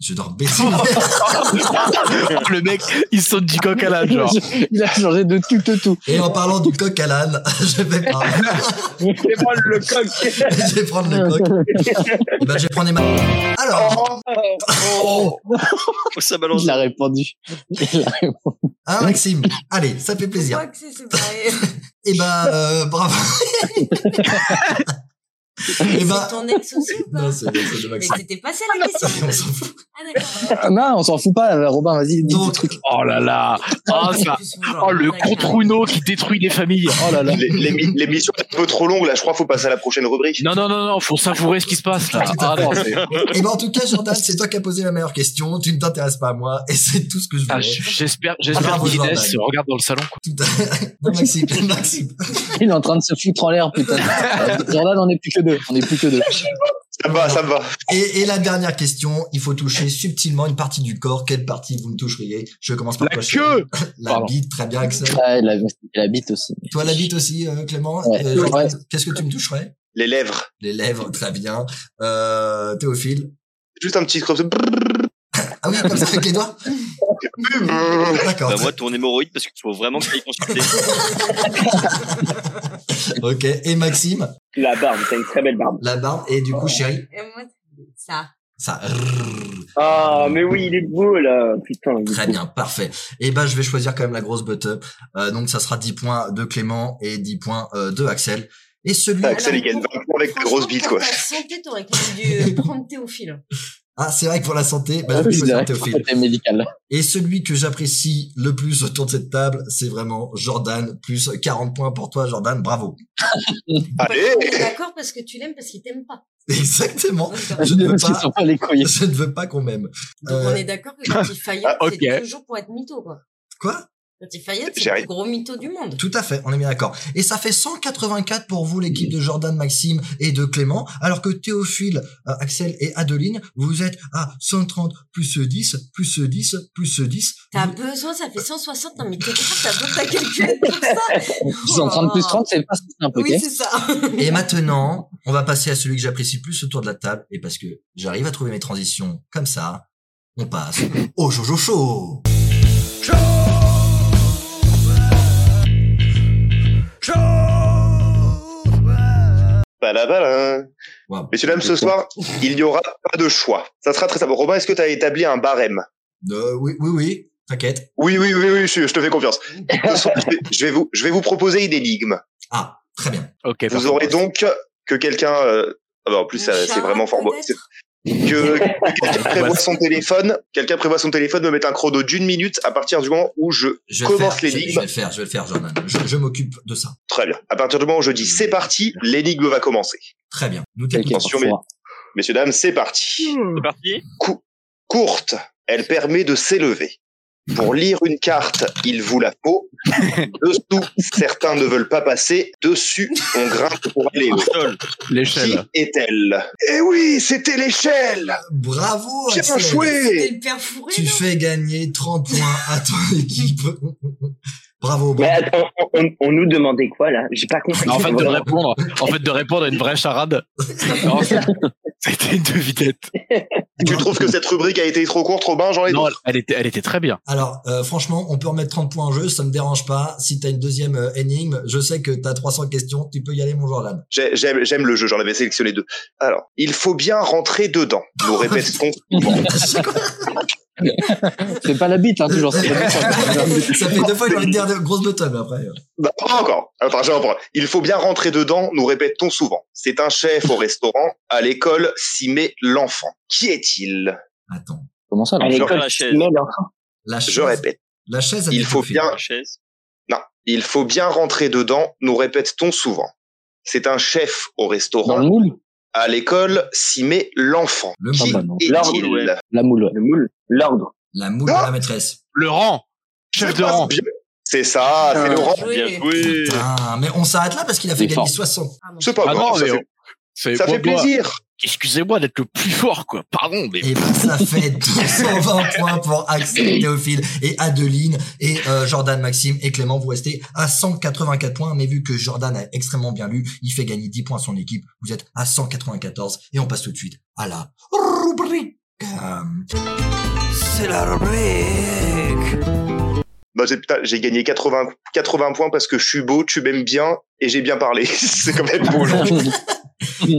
Speaker 1: Je dors baiser.
Speaker 5: Le mec, il saute du coq à l'âne, genre.
Speaker 9: Il a changé de tout, tout, tout.
Speaker 1: et en parlant du coq à l'âne, je vais prendre,
Speaker 6: C'est moi le coq.
Speaker 1: je vais prendre le coq. Bah, je vais prendre les mains. Alors,
Speaker 6: Oh,
Speaker 1: oh,
Speaker 7: Oh, Ça balance.
Speaker 9: Il a répondu. Il a répondu.
Speaker 1: hein, Maxime. Allez, ça fait
Speaker 2: Je
Speaker 1: plaisir.
Speaker 2: crois que c'est séparé.
Speaker 1: Et bah, euh, bravo. Et bah,
Speaker 2: C'est ton ex aussi ou pas
Speaker 1: non, c'est c'est de
Speaker 2: Mais
Speaker 1: Maxime.
Speaker 2: c'était pas ça la question.
Speaker 1: On s'en fout.
Speaker 2: Ah d'accord.
Speaker 9: Ah, Non, on s'en fout pas, euh, Robin, vas-y, dis
Speaker 1: Donc,
Speaker 9: des trucs.
Speaker 5: Oh là là. Oh,
Speaker 2: Bah,
Speaker 5: ça.
Speaker 2: Ah,
Speaker 5: Oh, le contre-uno qui détruit des familles. Oh là là.
Speaker 3: L'é- l'émi- L'émission est un peu trop longue, là, je crois, faut passer à la prochaine rubrique.
Speaker 5: Non, non, non, non, faut savourer ce qui se passe, là. Ah, non, c'est-
Speaker 1: Et ben en tout cas, Jordan, c'est toi qui as posé la meilleure question. Tu ne t'intéresses pas à moi et c'est tout ce que je
Speaker 5: Ah,
Speaker 1: voulais.
Speaker 5: j- j'espère,
Speaker 1: Ah,
Speaker 5: j'espère
Speaker 1: bravo,
Speaker 5: qu'Inès
Speaker 1: Jordan.
Speaker 5: se regarde dans le salon, quoi.
Speaker 1: Tout à- Non, Maxime, Maxime.
Speaker 9: Il est en train de se foutre en l'air, putain. Jordan, on est plus que deux. On est plus que deux.
Speaker 3: Ça me va, ça me va.
Speaker 1: Et, et la dernière question, il faut toucher subtilement une partie du corps. Quelle partie vous me toucheriez Je commence par
Speaker 5: La
Speaker 1: toi,
Speaker 5: queue
Speaker 1: Chérie. La
Speaker 5: Pardon.
Speaker 1: bite, très bien, Axel.
Speaker 9: Ah, il, a, il habite aussi.
Speaker 1: Toi, la bite aussi, euh, Clément.
Speaker 9: Ouais.
Speaker 1: Euh, Jordan,
Speaker 9: Ouais.
Speaker 1: Qu'est-ce que tu me toucherais
Speaker 3: Les lèvres.
Speaker 1: Les lèvres, très bien. Euh, Théophile.
Speaker 3: Juste un petit creux.
Speaker 1: Ah oui, comme ça avec les doigts D'accord.
Speaker 7: Bah, moi, ton hémorroïde, parce qu'il faut vraiment que tu ailles consulter.
Speaker 1: Ok. Et Maxime,
Speaker 6: La barbe, t'as une très belle barbe.
Speaker 1: la barbe. Et du coup, chérie,
Speaker 2: Et moi, ça.
Speaker 1: ça.
Speaker 6: Ah, mais oui, il est beau, là. Putain, il est
Speaker 1: Très
Speaker 6: beau.
Speaker 1: bien, parfait. Et ben je vais choisir quand même la grosse butt up. Euh, donc ça sera 10 points de Clément et 10 points euh, de Axel. Et celui
Speaker 3: Axel, il gagne 20 points avec des grosses bites, quoi.
Speaker 2: Ta santé, t'aurais quand même dû euh, prendre Théophile.
Speaker 1: Ah, c'est vrai que pour la santé, bah, je vais
Speaker 9: Oui, Ah, c'est
Speaker 1: choisir
Speaker 9: vrai.
Speaker 1: Théophile.
Speaker 9: Côté médical.
Speaker 1: Et celui que j'apprécie le plus autour de cette table, c'est vraiment Jordan, plus 40 points pour toi, Jordan, bravo.
Speaker 3: Allez
Speaker 2: On est D'accord, parce que tu l'aimes, parce qu'il t'aime pas.
Speaker 1: Exactement.
Speaker 2: Donc,
Speaker 1: Je ne veux
Speaker 9: Parce qu'ils
Speaker 1: pas,
Speaker 9: sont pas les couilles.
Speaker 1: je ne veux pas qu'on m'aime.
Speaker 2: on
Speaker 1: Euh,
Speaker 2: est d'accord que quand il faillote,
Speaker 5: Ah, ok.
Speaker 2: c'est toujours pour être mytho, quoi.
Speaker 1: Quoi?
Speaker 2: Quand il faillote, c'est
Speaker 3: J'ai
Speaker 2: le
Speaker 3: rien.
Speaker 2: plus gros mytho du monde.
Speaker 1: Tout à fait, on est bien d'accord. Et ça fait 184 pour vous, l'équipe de Jordan, Maxime et de Clément, alors que Théophile, euh, Axel et Adeline, vous êtes à 130 plus 10, plus 10, plus 10.
Speaker 2: T'as besoin, ça fait 160. Non, mais t'es grave, t'as besoin de ta calculette pour ça.
Speaker 9: Ils sont 30 plus 30, c'est pas si simple, ok
Speaker 2: Oui, c'est ça.
Speaker 1: Et maintenant, on va passer à celui que j'apprécie le plus autour de la table, et parce que j'arrive à trouver mes transitions comme ça, on passe au Jojo Show.
Speaker 3: Balabala. Messieurs, dames, ce soir, il n'y aura pas de choix. Ça sera très simple. Robin, est-ce que tu as établi un barème
Speaker 1: Euh, oui, oui, oui. T'inquiète.
Speaker 3: Oui, oui, oui, oui, je, je te fais confiance. Ce soir, je, vais, je vais vous, je vais vous proposer une énigme.
Speaker 1: Ah, très bien.
Speaker 5: Ok.
Speaker 3: Vous
Speaker 5: parfait.
Speaker 3: aurez donc que quelqu'un... euh, ah bah, en plus, ça- c'est vraiment fort. beau. C'est- Que que quelqu'un prévoit son téléphone, quelqu'un prévoit son téléphone, me mettre un chrono d'une minute à partir du moment où je,
Speaker 1: Je vais le
Speaker 3: commence
Speaker 1: faire. Je, je
Speaker 3: l'énigme.
Speaker 1: vais le faire, je vais le faire, Jordan. Je, je m'occupe de ça.
Speaker 3: Très bien. À partir du moment où je dis c'est parti, l'énigme va commencer.
Speaker 1: Très bien. Nous t'écoutons.
Speaker 3: Attention, mes- messieurs, dames, c'est parti.
Speaker 7: C'est parti.
Speaker 3: courte, elle permet de s'élever. Pour lire une carte, il vous la faut. Dessous, certains ne veulent pas passer. Dessus, on grimpe pour aller haut.
Speaker 7: Sol.
Speaker 3: Qui
Speaker 5: L'échelle.
Speaker 3: est-elle Eh oui, c'était l'échelle
Speaker 1: Bravo,
Speaker 3: Bien
Speaker 1: Axel.
Speaker 2: C'était
Speaker 3: joué
Speaker 2: le père fourré,
Speaker 1: Tu
Speaker 2: non
Speaker 1: fais gagner 30 points à ton équipe. bravo,
Speaker 6: Mais
Speaker 1: bravo.
Speaker 6: attends, on, on- on nous demandait quoi là J'ai pas compris.
Speaker 5: En fait, de
Speaker 6: Voilà.
Speaker 5: répondre, en fait, de répondre à une vraie charade. Non, c'est- C'était une devinette.
Speaker 3: Tu trouves que cette rubrique a été trop courte, Robin J'en ai
Speaker 5: Non,
Speaker 3: d'autres.
Speaker 5: elle était, elle était très bien.
Speaker 1: Alors, euh, franchement, on peut remettre 30 points en jeu, ça me dérange pas. Si t'as une deuxième euh, énigme, je sais que t'as 300 questions, tu peux y aller, mon Jordan.
Speaker 3: J'ai- J'aime j'aime le jeu, j'en avais sélectionné deux. Alors, il faut bien rentrer dedans, nous répète-t-on.
Speaker 9: C'est pas la bite, hein, toujours. c'est pas la bite.
Speaker 1: ça fait deux fois que j'ai envie de dire de grosses bottes, mais après. euh.
Speaker 3: Bah, pas encore. Enfin, j'en prends. Il faut bien rentrer dedans, nous répète-t-on souvent. C'est un chef au restaurant, à l'école, s'y met l'enfant. Qui est-il
Speaker 1: Attends.
Speaker 9: Comment ça, là
Speaker 6: À
Speaker 7: Sur
Speaker 6: l'école,
Speaker 7: la chaise.
Speaker 6: mais l'enfant.
Speaker 1: La chaise,
Speaker 3: Je répète,
Speaker 1: La chaise a
Speaker 3: il
Speaker 1: été
Speaker 3: faut
Speaker 1: faite.
Speaker 3: bien...
Speaker 7: La chaise.
Speaker 3: Non, il faut bien rentrer dedans, nous répète-t-on souvent. C'est un chef au
Speaker 9: Dans le
Speaker 3: restaurant,
Speaker 9: moule
Speaker 3: à l'école, s'y met l'enfant.
Speaker 1: Le
Speaker 3: Qui
Speaker 9: Ah bah non.
Speaker 3: est-il
Speaker 7: Ouais.
Speaker 9: La moule, ouais.
Speaker 6: Le moule, l'ordre.
Speaker 1: La moule de
Speaker 3: Ah
Speaker 1: la maîtresse.
Speaker 5: Le rang. Chef de
Speaker 3: Ah,
Speaker 5: rang.
Speaker 3: bien. C'est ça,
Speaker 2: Ah.
Speaker 3: c'est
Speaker 1: Ah,
Speaker 3: le rang.
Speaker 2: Joué.
Speaker 7: Bien joué.
Speaker 1: Putain, mais on s'arrête là parce qu'il a fait
Speaker 9: Il est
Speaker 1: gagner
Speaker 9: fort.
Speaker 1: 60.
Speaker 2: Ah non.
Speaker 3: C'est pas
Speaker 5: Ah
Speaker 3: grave,
Speaker 5: non,
Speaker 3: ça
Speaker 5: mais
Speaker 3: fait,
Speaker 5: C'est
Speaker 3: ça
Speaker 5: moi,
Speaker 3: fait plaisir.
Speaker 5: Excusez-moi d'être le plus fort, quoi. Pardon, mais.
Speaker 1: Et ben, ça fait 220 points pour Axel et Théophile et Adeline et euh, Jordan, Maxime et Clément. Vous restez à 184 points, mais vu que Jordan a extrêmement bien lu, il fait gagner 10 points à son équipe. Vous êtes à 194 et on passe tout de suite à la rubrique. Euh,
Speaker 8: C'est la rubrique.
Speaker 3: Bah, j'ai, putain, j'ai gagné 80, 80 points parce que je suis beau, tu m'aimes bien et j'ai bien parlé. c'est quand même beau.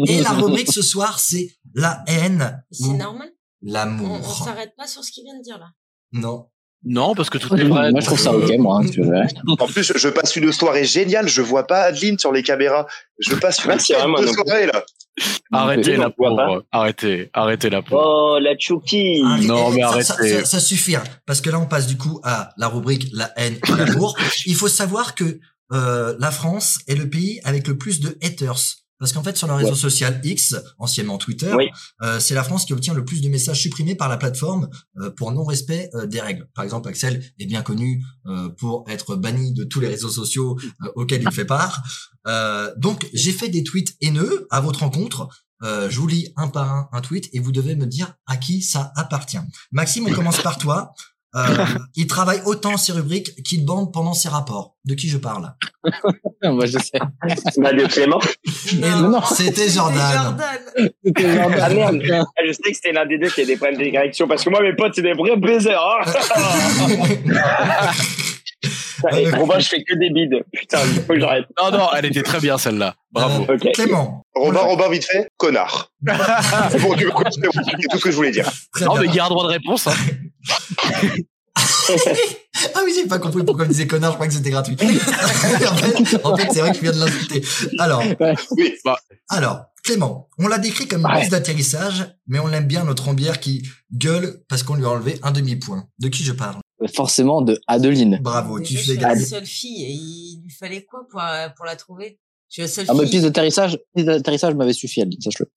Speaker 1: et la rubrique ce soir, c'est la haine
Speaker 2: C'est
Speaker 1: ou
Speaker 2: normal. On, on
Speaker 1: l'amour.
Speaker 2: s'arrête pas sur ce qu'il vient de dire là.
Speaker 1: Non.
Speaker 5: Non, parce que tout est vrai.
Speaker 9: Moi, je trouve ça ok, moi. hein, tu vois.
Speaker 3: En plus, je passe une soirée géniale. Je vois pas Adeline sur les caméras. Je passe une
Speaker 6: Ouais, Ah, c'est
Speaker 3: excellente
Speaker 6: vraiment un
Speaker 3: soirée là.
Speaker 5: Arrêtez
Speaker 9: Oui,
Speaker 5: la
Speaker 6: on voit
Speaker 5: pauvre. Arrêtez, arrêtez la pauvre.
Speaker 6: Oh, la chouki.
Speaker 1: Arrêtez.
Speaker 5: Non, mais
Speaker 1: Ah, eh, Ça-
Speaker 5: arrêtez.
Speaker 1: Ça, ça- ça suffit, hein, parce que là, on passe du coup à la rubrique la haine et l'amour. Il faut savoir que euh, la France est le pays avec le plus de haters. Parce qu'en fait, sur le réseau social X, anciennement Twitter,
Speaker 6: Oui.
Speaker 1: euh, c'est la France qui obtient le plus de messages supprimés par la plateforme euh, pour non-respect euh, des règles. Par exemple, Axel est bien connu euh, pour être banni de tous les réseaux sociaux euh, auxquels il fait part. Euh, donc, j'ai fait des tweets haineux à votre rencontre. Euh, je vous lis un par un un tweet et vous devez me dire à qui ça appartient. Maxime, on commence par toi. Euh, il travaille autant ses rubriques qu'il bande pendant ses rapports. De qui je parle
Speaker 9: Ah, Moi, je sais.
Speaker 6: Bah, de Clément.
Speaker 1: Non, non, c'était Jordan.
Speaker 2: Jordan.
Speaker 6: Ah merde.
Speaker 9: hein.
Speaker 6: Ah, Je sais que c'était l'un des deux qui a des problèmes de direction parce que moi, mes potes, c'est des vrais baisers. Hein Putain, Ah, et Robin, je fais que des bides. Putain, il faut que j'arrête.
Speaker 5: Non, non, elle était très bien celle-là. Bravo.
Speaker 6: Ok.
Speaker 1: Euh, Clément.
Speaker 3: Robin, Robin, vite fait, connard. c'est bon, tu veux quoi, c'est bon, c'est tout ce que je voulais dire.
Speaker 1: Très
Speaker 5: non, mais
Speaker 1: bien.
Speaker 5: il y a un droit de réponse. Hein.
Speaker 1: Ah oui, j'ai pas compris pourquoi il disait connard, je crois que c'était gratuit. en fait, en fait, c'est vrai que je viens de l'insulter. Alors,
Speaker 3: Oui.
Speaker 1: alors, Clément, on l'a décrit comme une
Speaker 9: Ouais.
Speaker 1: piste d'atterrissage, mais on l'aime bien notre ambière qui gueule parce qu'on lui a enlevé un demi-point. De qui je parle
Speaker 9: Forcément, de Adeline.
Speaker 1: Bravo, tu fais
Speaker 2: Déjà, je suis la
Speaker 1: gagner.
Speaker 2: seule fille et il lui fallait quoi pour, euh, pour la trouver Je suis la seule
Speaker 9: Ah, mais
Speaker 2: fille.
Speaker 9: piste d'atterrissage, piste d'atterrissage m'avait suffi, Adeline, sache-le.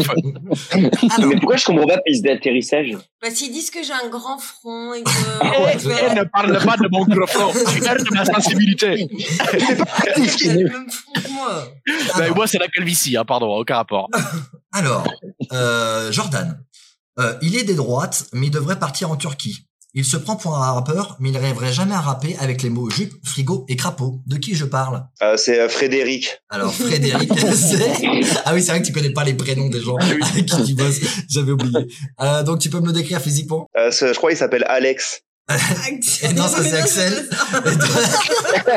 Speaker 1: Alors,
Speaker 6: Mais pourquoi je comprends pas piste d'atterrissage
Speaker 2: Parce qu'ils Bah, disent que j'ai un grand front et que. Ouais,
Speaker 5: parle pas de mon front. Elle de ma sensibilité.
Speaker 2: elle a le même front que moi.
Speaker 1: alors,
Speaker 5: Ben, moi, c'est la calvitie, hein, pardon, aucun rapport.
Speaker 1: Alors, euh, Jordan, Euh, il est des droites, mais il devrait partir en Turquie. Il se prend pour un rappeur, mais il rêverait jamais à rapper avec les mots jupe, frigo et crapaud. De qui je parle
Speaker 3: Euh, c'est euh, Frédéric.
Speaker 1: Alors, Frédéric, c'est... Ah oui, c'est vrai que tu connais pas les prénoms des gens avec qui tu bosses. J'avais oublié. Euh, donc, tu peux me le décrire physiquement
Speaker 3: Euh, ce- je crois qu'il s'appelle
Speaker 1: Et
Speaker 3: Alex.
Speaker 1: Ah, non, ça c'est Axel. Et donc-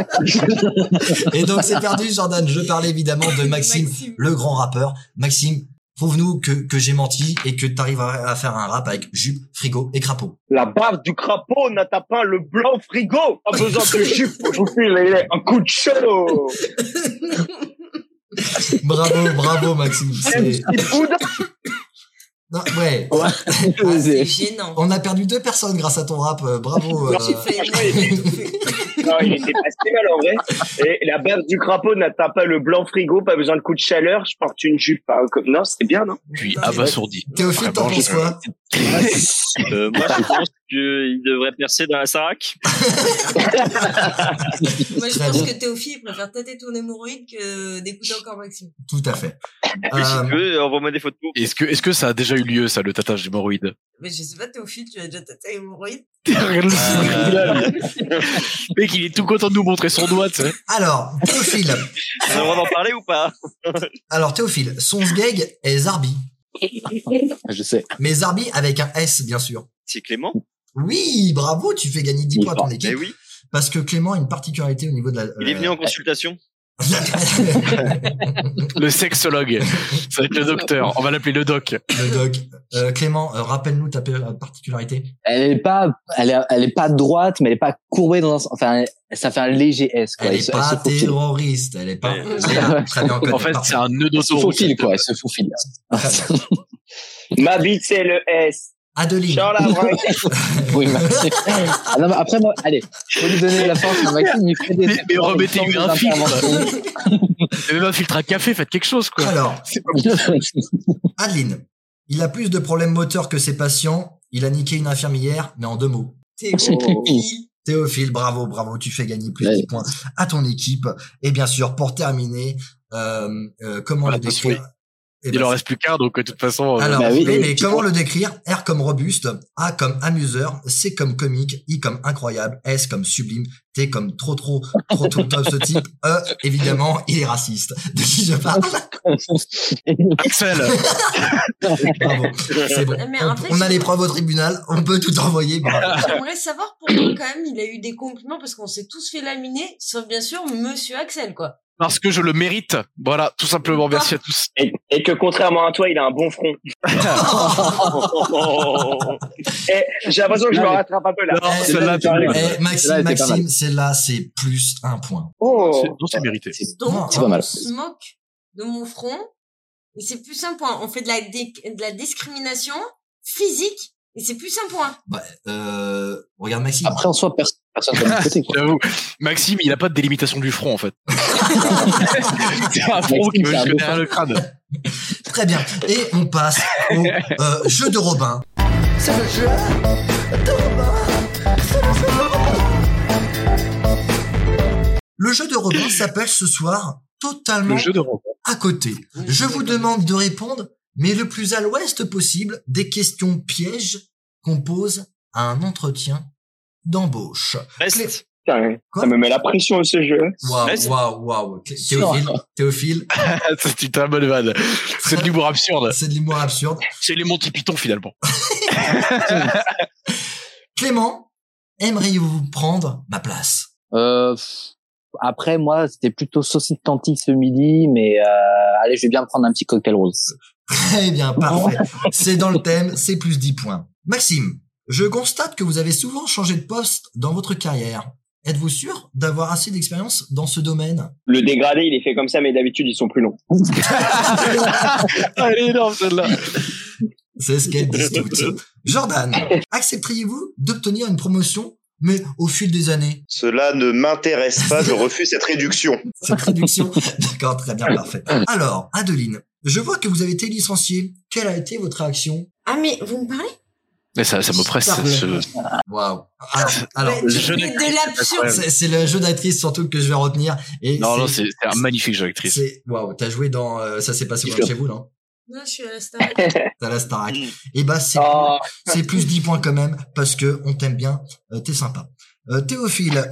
Speaker 1: Et donc c'est perdu, Jordan. Je parlais évidemment de Maxime, le grand rappeur. Maxime, prouve-nous que, que j'ai menti et que t'arrives à, à faire un rap avec jupe, frigo et crapaud.
Speaker 6: La barbe du crapaud n'atteint pas le blanc frigo. Pas besoin de jupe aujourd'hui, il est un coup de chaud.
Speaker 1: Bravo, bravo Maxime. C'est- Non, ouais. Ah,
Speaker 2: C'est gênant.
Speaker 1: On a perdu deux personnes grâce à ton rap. euh, Bravo.
Speaker 6: Ah,
Speaker 1: euh,
Speaker 6: Non, il était pas si mal en vrai. Et la barbe du crapaud n'atteint pas le blanc frigo. Pas besoin de coup de chaleur. Je porte une jupe. hein, comme- Non, c'était bien, non
Speaker 5: Puis abasourdi.
Speaker 1: Théophile, t'en
Speaker 5: Vraiment,
Speaker 1: penses
Speaker 5: je-
Speaker 1: quoi
Speaker 7: Euh, moi, je pense qu'il devrait percer dans la Sarac.
Speaker 2: Moi, je
Speaker 1: Très
Speaker 2: pense
Speaker 1: bien.
Speaker 2: que Théophile préfère tâter ton hémorroïde que d'écouter encore Maxime.
Speaker 1: Tout à fait.
Speaker 7: Et si
Speaker 1: Euh,
Speaker 7: tu veux, envoie-moi des photos.
Speaker 5: Est-ce que, est-ce que ça a déjà eu lieu, ça, le tatage d'hémorroïdes
Speaker 2: Mais je sais pas, Théophile, tu as déjà tâté l'hémorroïde
Speaker 7: Euh,
Speaker 5: Le Mec, il est tout content de nous montrer son doigt, tu sais.
Speaker 1: Alors, Théophile.
Speaker 7: On a le droit d'en parler ou pas
Speaker 1: Alors, Théophile, Sonsgeg et Zarbi.
Speaker 9: Je sais.
Speaker 1: Mais Zarbi avec un S, bien sûr.
Speaker 7: C'est Clément
Speaker 1: Oui, bravo, tu fais gagner 10 points à ton
Speaker 7: Eh
Speaker 1: équipe.
Speaker 7: oui,
Speaker 1: Parce que Clément a une particularité au niveau de la... euh,
Speaker 7: il est venu
Speaker 5: Euh,
Speaker 7: en consultation.
Speaker 5: Le sexologue. Ça va être le docteur. On va l'appeler le doc.
Speaker 1: le doc. Euh, Clément, euh, rappelle-nous ta pa- particularité.
Speaker 9: Elle est pas, elle est, elle est pas droite, mais elle est pas courbée dans un sens. Enfin, elle- ça fait un léger S, quoi.
Speaker 1: Elle
Speaker 9: Elle
Speaker 1: est
Speaker 9: se-
Speaker 1: pas
Speaker 9: elle se faufile.
Speaker 1: terroriste, elle est pas...
Speaker 7: Ouais.
Speaker 1: Léa, Très bien,
Speaker 5: En fait,
Speaker 1: parfait.
Speaker 5: c'est un nœud
Speaker 9: Elle se
Speaker 5: d'autoroute.
Speaker 9: faufile, quoi. Elle se faufile.
Speaker 1: Très bien.
Speaker 6: Ma bite, c'est le S.
Speaker 1: Adeline.
Speaker 6: Genre la brinque.
Speaker 9: Oui, Maxime. Ah, non, mais après, moi, allez, faut lui donner de la force. Maxime, il fait des.
Speaker 5: Mais- mais remettez-lui
Speaker 9: des
Speaker 5: un filtre.
Speaker 9: interventions.
Speaker 5: Et Même un filtre à café, faites quelque chose, quoi.
Speaker 1: Alors, Adeline, il a plus de problèmes moteurs que ses patients. Il a niqué une infirmière, mais en deux mots.
Speaker 2: Théophile.
Speaker 1: Théophile, bravo, bravo, tu fais gagner plus de
Speaker 9: Ouais.
Speaker 1: 10 points à ton équipe. Et bien sûr, pour terminer, euh, euh, comment
Speaker 5: Voilà,
Speaker 1: le décrire Eh
Speaker 5: Il
Speaker 1: ben,
Speaker 5: en reste plus qu'un, donc euh, de toute façon. euh,
Speaker 1: Alors,
Speaker 9: Bah oui,
Speaker 1: mais,
Speaker 9: les
Speaker 1: mais
Speaker 9: petits
Speaker 1: comment
Speaker 9: points.
Speaker 1: le décrire R comme robuste, A comme amuseur, C comme comique, I comme incroyable, S comme sublime, T comme trop trop trop trop top ce type, E évidemment il est raciste. De qui je parle
Speaker 5: Axel,
Speaker 1: Bravo. C'est bon.
Speaker 2: Ah, mais en fait,
Speaker 1: On, on a
Speaker 2: je-
Speaker 1: les preuves au tribunal, on peut tout envoyer. Bravo.
Speaker 2: J'aimerais savoir pourquoi quand même il a eu des compliments parce qu'on s'est tous fait laminer, sauf bien sûr Monsieur Axel quoi.
Speaker 5: parce que je le mérite. Voilà, tout simplement. Merci à tous.
Speaker 6: Et, et que contrairement à toi, il a un bon front. Eh, J'ai l'impression que je me rattrape un peu là.
Speaker 5: Non,
Speaker 1: Eh,
Speaker 5: celle-là, tu
Speaker 9: eh,
Speaker 5: me-
Speaker 1: Eh, Maxime,
Speaker 9: Celle-là, elle était pas
Speaker 1: Maxime, celle-là c'est plus un point.
Speaker 6: Oh.
Speaker 5: c'est- non, c'est mérité.
Speaker 1: Non,
Speaker 2: Donc
Speaker 1: c'est
Speaker 9: pas mal.
Speaker 2: on se moque de mon front et c'est plus un point. On fait de la, dé- de la discrimination physique et c'est plus un point.
Speaker 1: Bah, euh, regarde Maxime.
Speaker 9: Après, en soi, personne, personne de l'autre côté, quoi.
Speaker 5: J'avoue. Maxime, il a pas de délimitation du front, en fait. Ah, c'est un front
Speaker 9: Maxime,
Speaker 5: qui va
Speaker 9: c'est un
Speaker 5: jusque
Speaker 9: dauphin.
Speaker 5: derrière le crâne.
Speaker 1: Très bien. Et on passe au euh, jeu de Robin.
Speaker 8: C'est le jeu de Robin. C'est le jeu de Robin.
Speaker 1: Le jeu de Robin s'appelle ce soir totalement
Speaker 5: Le jeu de Robin.
Speaker 1: à côté. Je vous demande de répondre, mais le plus à l'ouest possible, des questions pièges qu'on pose à un entretien d'embauche.
Speaker 7: Reste.
Speaker 6: Putain,
Speaker 1: Quoi
Speaker 6: ça me met la pression ce jeu.
Speaker 1: Waouh,
Speaker 7: Reste.
Speaker 1: waouh, waouh. Clé- Théophile, Théophile,
Speaker 5: C'est une bonne vanne. C'est de l'humour absurde.
Speaker 1: c'est de l'humour absurde.
Speaker 5: C'est les Monty Python, finalement.
Speaker 1: Clément, aimeriez-vous prendre ma place
Speaker 9: Euh, pff, après, moi, c'était plutôt saucisse tantique ce midi, mais euh, allez, je vais bien me prendre un petit cocktail rose.
Speaker 1: Très Eh bien, parfait. C'est dans le thème, c'est plus 10 points. Maxime, je constate que vous avez souvent changé de poste dans votre carrière. Êtes-vous sûr d'avoir assez d'expérience dans ce domaine
Speaker 6: Le dégradé, il est fait comme ça, mais d'habitude, ils sont plus longs.
Speaker 5: Ah, Elle est énorme, celle-là.
Speaker 1: C'est ce qu'elles disent toutes. Jordan, accepteriez-vous d'obtenir une promotion, mais au fil des années
Speaker 3: Cela ne m'intéresse pas, je refuse cette réduction.
Speaker 1: Cette réduction D'accord, très bien, parfait. Alors, Adeline, je vois que vous avez été licenciée. Quelle a été votre réaction
Speaker 2: Ah mais vous me parlez
Speaker 5: Mais ça, ça m'oppresse.
Speaker 1: Parle.
Speaker 5: ce-
Speaker 1: Waouh. Alors, alors,
Speaker 2: Bah,
Speaker 5: je
Speaker 2: tu
Speaker 5: n'ai-
Speaker 2: fais de l'absurde.
Speaker 1: c'est c'est le jeu d'actrice surtout que je vais retenir. Et
Speaker 5: Non, non, c'est c'est un magnifique jeu d'actrice.
Speaker 1: c'est- Waouh, t'as joué dans... euh, ça s'est passé
Speaker 9: Sûr.
Speaker 1: chez vous, non
Speaker 2: Non, je suis euh, à la Starac.
Speaker 1: hein. T'as la Starac.
Speaker 7: Mm.
Speaker 1: Et bah, c'est
Speaker 6: Oh,
Speaker 1: c'est plus 10 points quand même, parce que on t'aime bien, euh, t'es sympa. Euh, Théophile,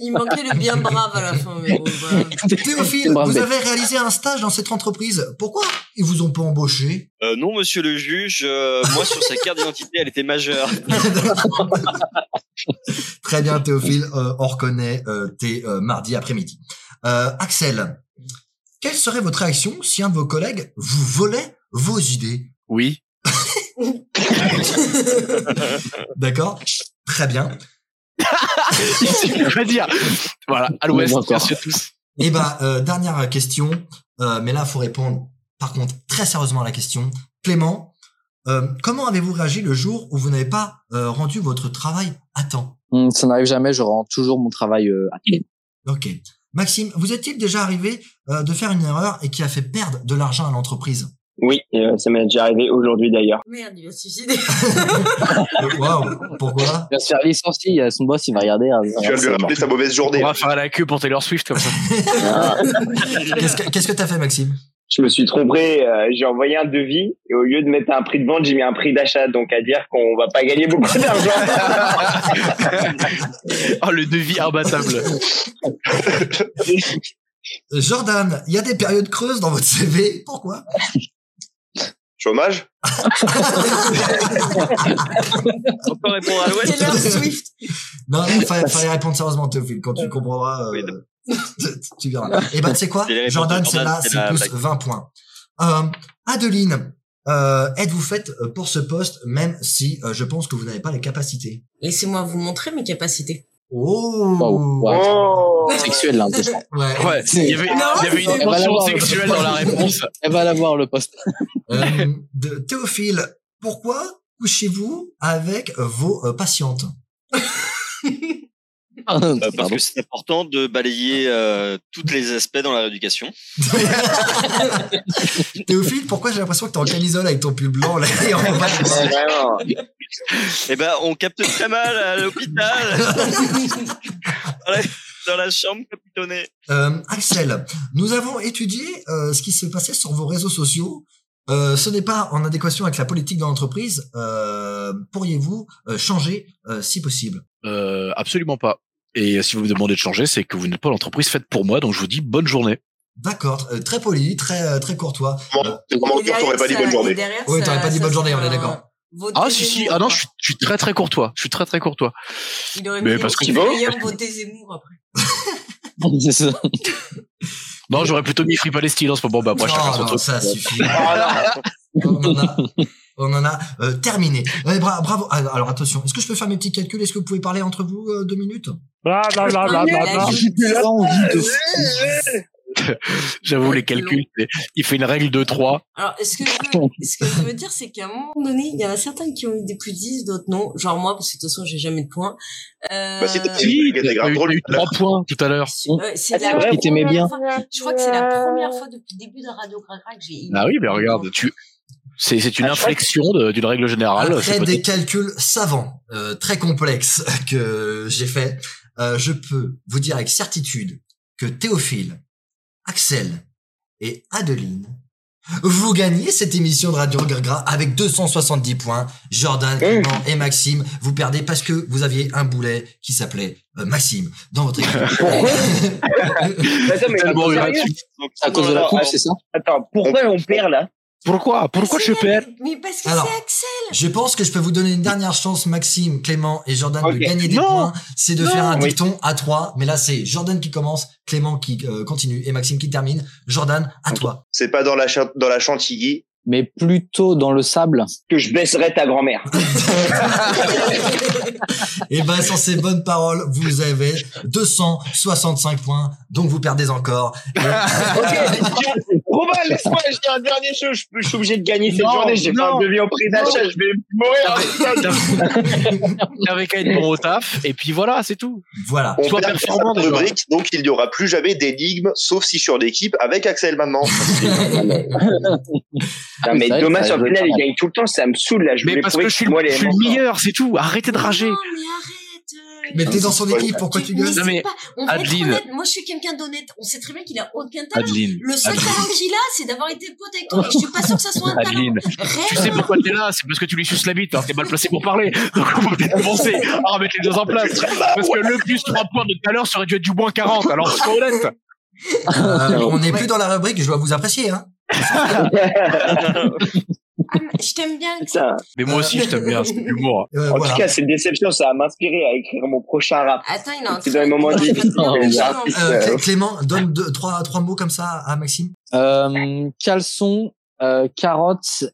Speaker 2: Il manquait le bien brave à la fin, mais bon, voilà.
Speaker 1: Théophile,
Speaker 9: Bravo.
Speaker 1: vous avez réalisé un stage dans cette entreprise. Pourquoi ils vous ont pas embauché
Speaker 7: Euh, non, monsieur le juge, euh, moi sur sa carte d'identité, elle était majeure. Euh,
Speaker 1: Très bien, Théophile, euh, on reconnaît euh, tes euh, mardis après-midi. Euh, Axel, quelle serait votre réaction si un de vos collègues vous volait vos idées
Speaker 5: Oui.
Speaker 1: D'accord Très bien.
Speaker 5: Il sait plus quoi dire. Voilà, à l'ouest,
Speaker 9: Oui, d'accord.
Speaker 5: merci à tous.
Speaker 1: Et ben, euh, dernière question, euh, mais là, faut répondre, par contre, très sérieusement à la question. Clément, euh, comment avez-vous réagi le jour où vous n'avez pas euh, rendu votre travail à temps
Speaker 9: Hum, Ça n'arrive jamais, je rends toujours mon travail euh, à temps.
Speaker 1: Ok. Maxime, vous est-il déjà arrivé euh, de faire une erreur et qui a fait perdre de l'argent à l'entreprise
Speaker 6: Oui, euh, ça m'est déjà arrivé aujourd'hui d'ailleurs.
Speaker 2: Merde, il va se suicider.
Speaker 1: Waouw, Euh, pourquoi
Speaker 9: Il va se faire licencier, euh, son boss, il va regarder. euh,
Speaker 3: Tu viens de lui
Speaker 9: c'est-
Speaker 3: rappeler sa mauvaise
Speaker 5: On
Speaker 3: journée.
Speaker 5: va faire la queue pour Taylor Swift comme ça.
Speaker 1: Qu'est-ce que qu'est-ce que t'as fait, Maxime
Speaker 6: Je me suis trompé, euh, j'ai envoyé un devis et au lieu de mettre un prix de vente, j'ai mis un prix d'achat, donc à dire qu'on va pas gagner beaucoup d'argent.
Speaker 5: Oh, le devis imbattable.
Speaker 1: Jordan, il y a des périodes creuses dans votre CV. Pourquoi
Speaker 3: Chômage
Speaker 7: On peut répondre
Speaker 1: Ah
Speaker 7: à l'ouest
Speaker 2: Taylor Swift.
Speaker 1: Non, il fallait, fallait répondre sérieusement, Théophile. Quand tu comprendras, euh,
Speaker 7: Oui,
Speaker 1: tu, tu verras. Et ben, tu sais quoi
Speaker 7: C'est les réponses
Speaker 1: Jordan,
Speaker 7: de Jordan,
Speaker 1: celle-là,
Speaker 7: c'est
Speaker 1: c'est
Speaker 7: la
Speaker 1: plus
Speaker 7: blague.
Speaker 1: 20 points. Euh, Adeline, euh, êtes-vous faite pour ce poste, même si euh, je pense que vous n'avez pas les capacités
Speaker 2: Laissez-moi vous montrer mes capacités.
Speaker 1: Oh
Speaker 9: Waouh, waouh.
Speaker 6: Oh.
Speaker 9: Sexuel, là, un peu, je crois.
Speaker 1: Ouais.
Speaker 5: Ouais, il y avait, il y avait
Speaker 9: c'est-
Speaker 5: une tension sexuelle dans la réponse.
Speaker 9: Elle va l'avoir, le poste.
Speaker 1: Euh, de Théophile, pourquoi couchez-vous avec vos euh, patientes
Speaker 9: Ah,
Speaker 7: Euh, Parce
Speaker 9: pardon.
Speaker 7: que c'est important de balayer euh, tous les aspects dans la rééducation.
Speaker 1: Théophile, pourquoi j'ai l'impression que t'es en camisole avec ton pull blanc là et en bas
Speaker 6: Ouais, vraiment.
Speaker 7: Eh ben, on capte très mal à l'hôpital, dans la, dans la chambre capitonnée.
Speaker 1: Euh, Axel, nous avons étudié euh, ce qui se passait sur vos réseaux sociaux. Euh, ce n'est pas en adéquation avec la politique de l'entreprise. Euh, Pourriez-vous euh, changer euh, si possible
Speaker 5: Euh, absolument pas. Et si vous me demandez de changer, c'est que vous n'êtes pas l'entreprise faite pour moi, donc je vous dis bonne journée.
Speaker 1: D'accord, euh, très poli, très euh, très courtois.
Speaker 3: Comment comment
Speaker 2: Et
Speaker 3: tu t'aurais pas dit
Speaker 2: derrière, ça-
Speaker 3: bonne
Speaker 2: euh, et
Speaker 3: journée
Speaker 2: derrière,
Speaker 1: Oui,
Speaker 2: ça-
Speaker 1: t'aurais pas dit
Speaker 2: ça
Speaker 1: bonne journée,
Speaker 2: serait
Speaker 1: on est
Speaker 2: un
Speaker 1: d'accord.
Speaker 2: votez
Speaker 5: Ah si si,
Speaker 2: Zemmour,
Speaker 5: ah non,
Speaker 2: quoi.
Speaker 5: je suis, je suis très très courtois. Je suis très très courtois.
Speaker 2: Il aurait
Speaker 5: Mais
Speaker 2: pu
Speaker 5: parce
Speaker 2: dire
Speaker 5: que-
Speaker 2: qu'il
Speaker 6: Thibaut
Speaker 2: fallait bien voter Zemmour après.
Speaker 9: C'est ça.
Speaker 5: Non, j'aurais plutôt mis Free Palestine en ce moment. Bah, moi, chacun
Speaker 1: Oh,
Speaker 5: son
Speaker 1: non,
Speaker 5: truc. Oh,
Speaker 1: ça suffit.
Speaker 6: Ah,
Speaker 1: on en a, on en a euh, terminé. Ouais, bra- bravo. Alors alors, attention, est-ce que je peux faire mes petits calculs Est-ce que vous pouvez parler entre vous euh, deux minutes
Speaker 2: Ah,
Speaker 1: Euh,
Speaker 2: blablabla.
Speaker 9: Ah, J'ai plus envie de
Speaker 5: J'avoue, les calculs, c'est- il fait une règle de 3.
Speaker 2: Alors, ce que je veux, ce que je veux dire, c'est qu'à un moment donné, il y en a certains qui ont eu des plus 10, d'autres non. Genre moi, parce que de toute façon, j'ai jamais de points. Euh,
Speaker 3: Bah, si, t'as-
Speaker 5: Si,
Speaker 3: t'as grave drôle
Speaker 5: eu
Speaker 3: tout à l'heure.
Speaker 5: 3 points tout à l'heure.
Speaker 2: euh, c'est la
Speaker 9: Ah, vrai qu'il t'aimait bien.
Speaker 2: fois- je crois que c'est la première fois depuis le début de Radio Gragra que j'ai.
Speaker 5: Ah oui, mais regarde, tu... c'est c'est une inflexion de- d'une règle générale.
Speaker 1: Après
Speaker 5: c'est
Speaker 1: des
Speaker 5: peut-être-
Speaker 1: calculs savants, euh, très complexes que j'ai fait, euh, je peux vous dire avec certitude que Théophile, Axel et Adeline, vous gagnez cette émission de Radio Gragra avec 270 points. Jordan, Clément et Maxime, vous perdez parce que vous aviez un boulet qui s'appelait euh, Maxime dans votre équipe.
Speaker 6: Attends, mais
Speaker 5: Tellement
Speaker 6: sérieux
Speaker 5: gratuit.
Speaker 7: Donc,
Speaker 9: à cause de la
Speaker 7: alors,
Speaker 9: coupe, c'est ça
Speaker 6: Attends, pourquoi on perd là
Speaker 5: Pourquoi Pourquoi je perds
Speaker 2: Mais parce que
Speaker 1: Alors.
Speaker 2: c'est Axel.
Speaker 1: Je pense que je peux vous donner une dernière chance, Maxime, Clément et Jordan, de
Speaker 6: Ok.
Speaker 1: gagner des
Speaker 5: Non.
Speaker 1: points. C'est de
Speaker 5: Non.
Speaker 1: faire un
Speaker 6: Oui.
Speaker 1: dicton à trois. Mais là, c'est Jordan qui commence, Clément qui euh, continue et Maxime qui termine. Jordan, à toi.
Speaker 3: C'est pas dans la, cha- dans la chantilly.
Speaker 9: Mais plutôt dans le sable.
Speaker 6: Que je baisserais ta grand-mère.
Speaker 1: Et ben, sans ces bonnes paroles, vous avez 265 points. Donc, vous perdez encore.
Speaker 6: Ok, Robin, laisse-moi acheter un dernier jeu. Je, peux- je suis obligé de gagner cette
Speaker 5: Non,
Speaker 6: journée. J'ai fait
Speaker 5: non,
Speaker 6: un devis au prix d'achat. Je vais mourir.
Speaker 5: Avec un bon au taf, et puis voilà, c'est tout.
Speaker 1: Voilà.
Speaker 3: On
Speaker 5: Sois
Speaker 3: perd cette
Speaker 5: performant, déjà.
Speaker 3: rubrique, donc il n'y aura plus jamais d'énigmes, sauf si je suis en équipe avec Axel maintenant.
Speaker 6: Non, mais
Speaker 9: C'est vrai que
Speaker 6: Thomas,
Speaker 9: ça
Speaker 6: sur le
Speaker 9: joue
Speaker 6: final,
Speaker 9: pas
Speaker 6: il
Speaker 9: mal.
Speaker 6: gagne tout le temps. Ça me saoule là. Je
Speaker 5: Mais
Speaker 6: voulais
Speaker 5: parce que
Speaker 6: prouver
Speaker 5: je suis
Speaker 6: moi
Speaker 5: le,
Speaker 6: les hein.
Speaker 5: je suis le meilleur, c'est tout. Arrêtez de rager.
Speaker 2: Non, mais arrête. euh,
Speaker 1: Mais t'es dans son équipe, pourquoi tu gueules
Speaker 5: Non, mais
Speaker 2: On va être
Speaker 5: Adeline.
Speaker 2: honnête, moi je suis quelqu'un d'honnête, on sait très bien qu'il a aucun talent.
Speaker 5: Adeline.
Speaker 2: Le seul
Speaker 5: Adeline.
Speaker 2: talent qu'il a, c'est d'avoir été pote avec toi. Et je suis pas sûr que ça soit un talent.
Speaker 5: Adeline,
Speaker 2: Rêve.
Speaker 5: tu sais pourquoi t'es là C'est parce que tu lui suces la bite, alors t'es mal placé pour parler. Donc on peut peut-être commencer à remettre les choses en place. Parce que le plus 3 points de tout à l'heure, ça aurait dû être du moins 40, alors sois honnête.
Speaker 1: Euh, On n'est plus dans la rubrique, je dois vous apprécier, hein.
Speaker 2: Ah, mais je t'aime bien.
Speaker 6: Putain.
Speaker 5: Mais moi aussi, je t'aime bien, c'est de l'humour.
Speaker 1: Euh,
Speaker 6: En
Speaker 1: voilà.
Speaker 6: tout cas, cette déception, ça m'a inspiré à écrire mon prochain rap.
Speaker 2: Attends, il est en
Speaker 6: C'est dans les moments
Speaker 2: il est en train de
Speaker 6: difficiles,
Speaker 2: faire
Speaker 6: les
Speaker 2: des
Speaker 6: artistes.
Speaker 2: choses.
Speaker 1: Euh, Clé- Clément, donne deux, trois, trois mots comme ça à Maxime.
Speaker 9: Euh, caleçon, euh, carottes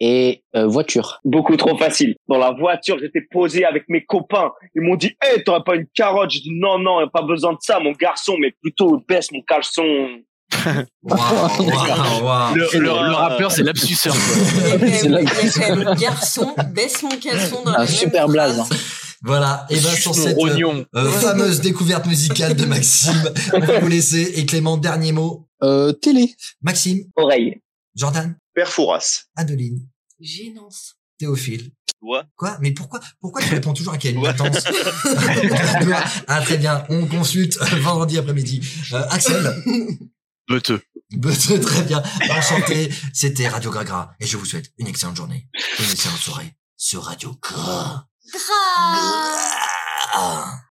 Speaker 9: et euh, voiture.
Speaker 6: Beaucoup trop facile. Dans la voiture, j'étais posé avec mes copains. Ils m'ont dit, hey, t'aurais pas une carotte? J'ai dit, non, non, y a pas besoin de ça, mon garçon, mais plutôt baisse mon caleçon.
Speaker 1: Waouh, waouh, waouh.
Speaker 5: Le, le- le
Speaker 7: Ah,
Speaker 5: rappeur, Ah, c'est l'absuceur. quoi.
Speaker 2: Il y a
Speaker 9: C'est
Speaker 2: quand
Speaker 9: là
Speaker 2: même-
Speaker 9: que-
Speaker 2: il y a quand même garçon, baisse mon caleçon
Speaker 6: Ah,
Speaker 2: dans la
Speaker 9: Un
Speaker 2: même
Speaker 9: super
Speaker 2: phrase.
Speaker 9: blaze. hein.
Speaker 1: Voilà, et ben
Speaker 5: Suce
Speaker 1: sur
Speaker 5: mon
Speaker 1: cette euh,
Speaker 5: rognon.
Speaker 1: euh, fameuse découverte musicale de Maxime, on va vous laisser. Et Clément, dernier mot.
Speaker 9: Euh, télé.
Speaker 1: Maxime,
Speaker 6: Oreille.
Speaker 1: Jordan,
Speaker 3: Perfouras.
Speaker 1: Adeline,
Speaker 2: Gênance.
Speaker 1: Théophile.
Speaker 7: Toi.
Speaker 1: Quoi Mais pourquoi pourquoi tu réponds toujours à qu'il y a une latence Toi. Ah très bien, on consulte vendredi après-midi. Euh, Axel,
Speaker 5: Beuteux.
Speaker 1: Bah, c'est très bien, enchanté. C'était Radio Gragra et je vous souhaite une excellente journée, une excellente soirée sur Radio Gragra.
Speaker 2: Grave.
Speaker 1: Ah.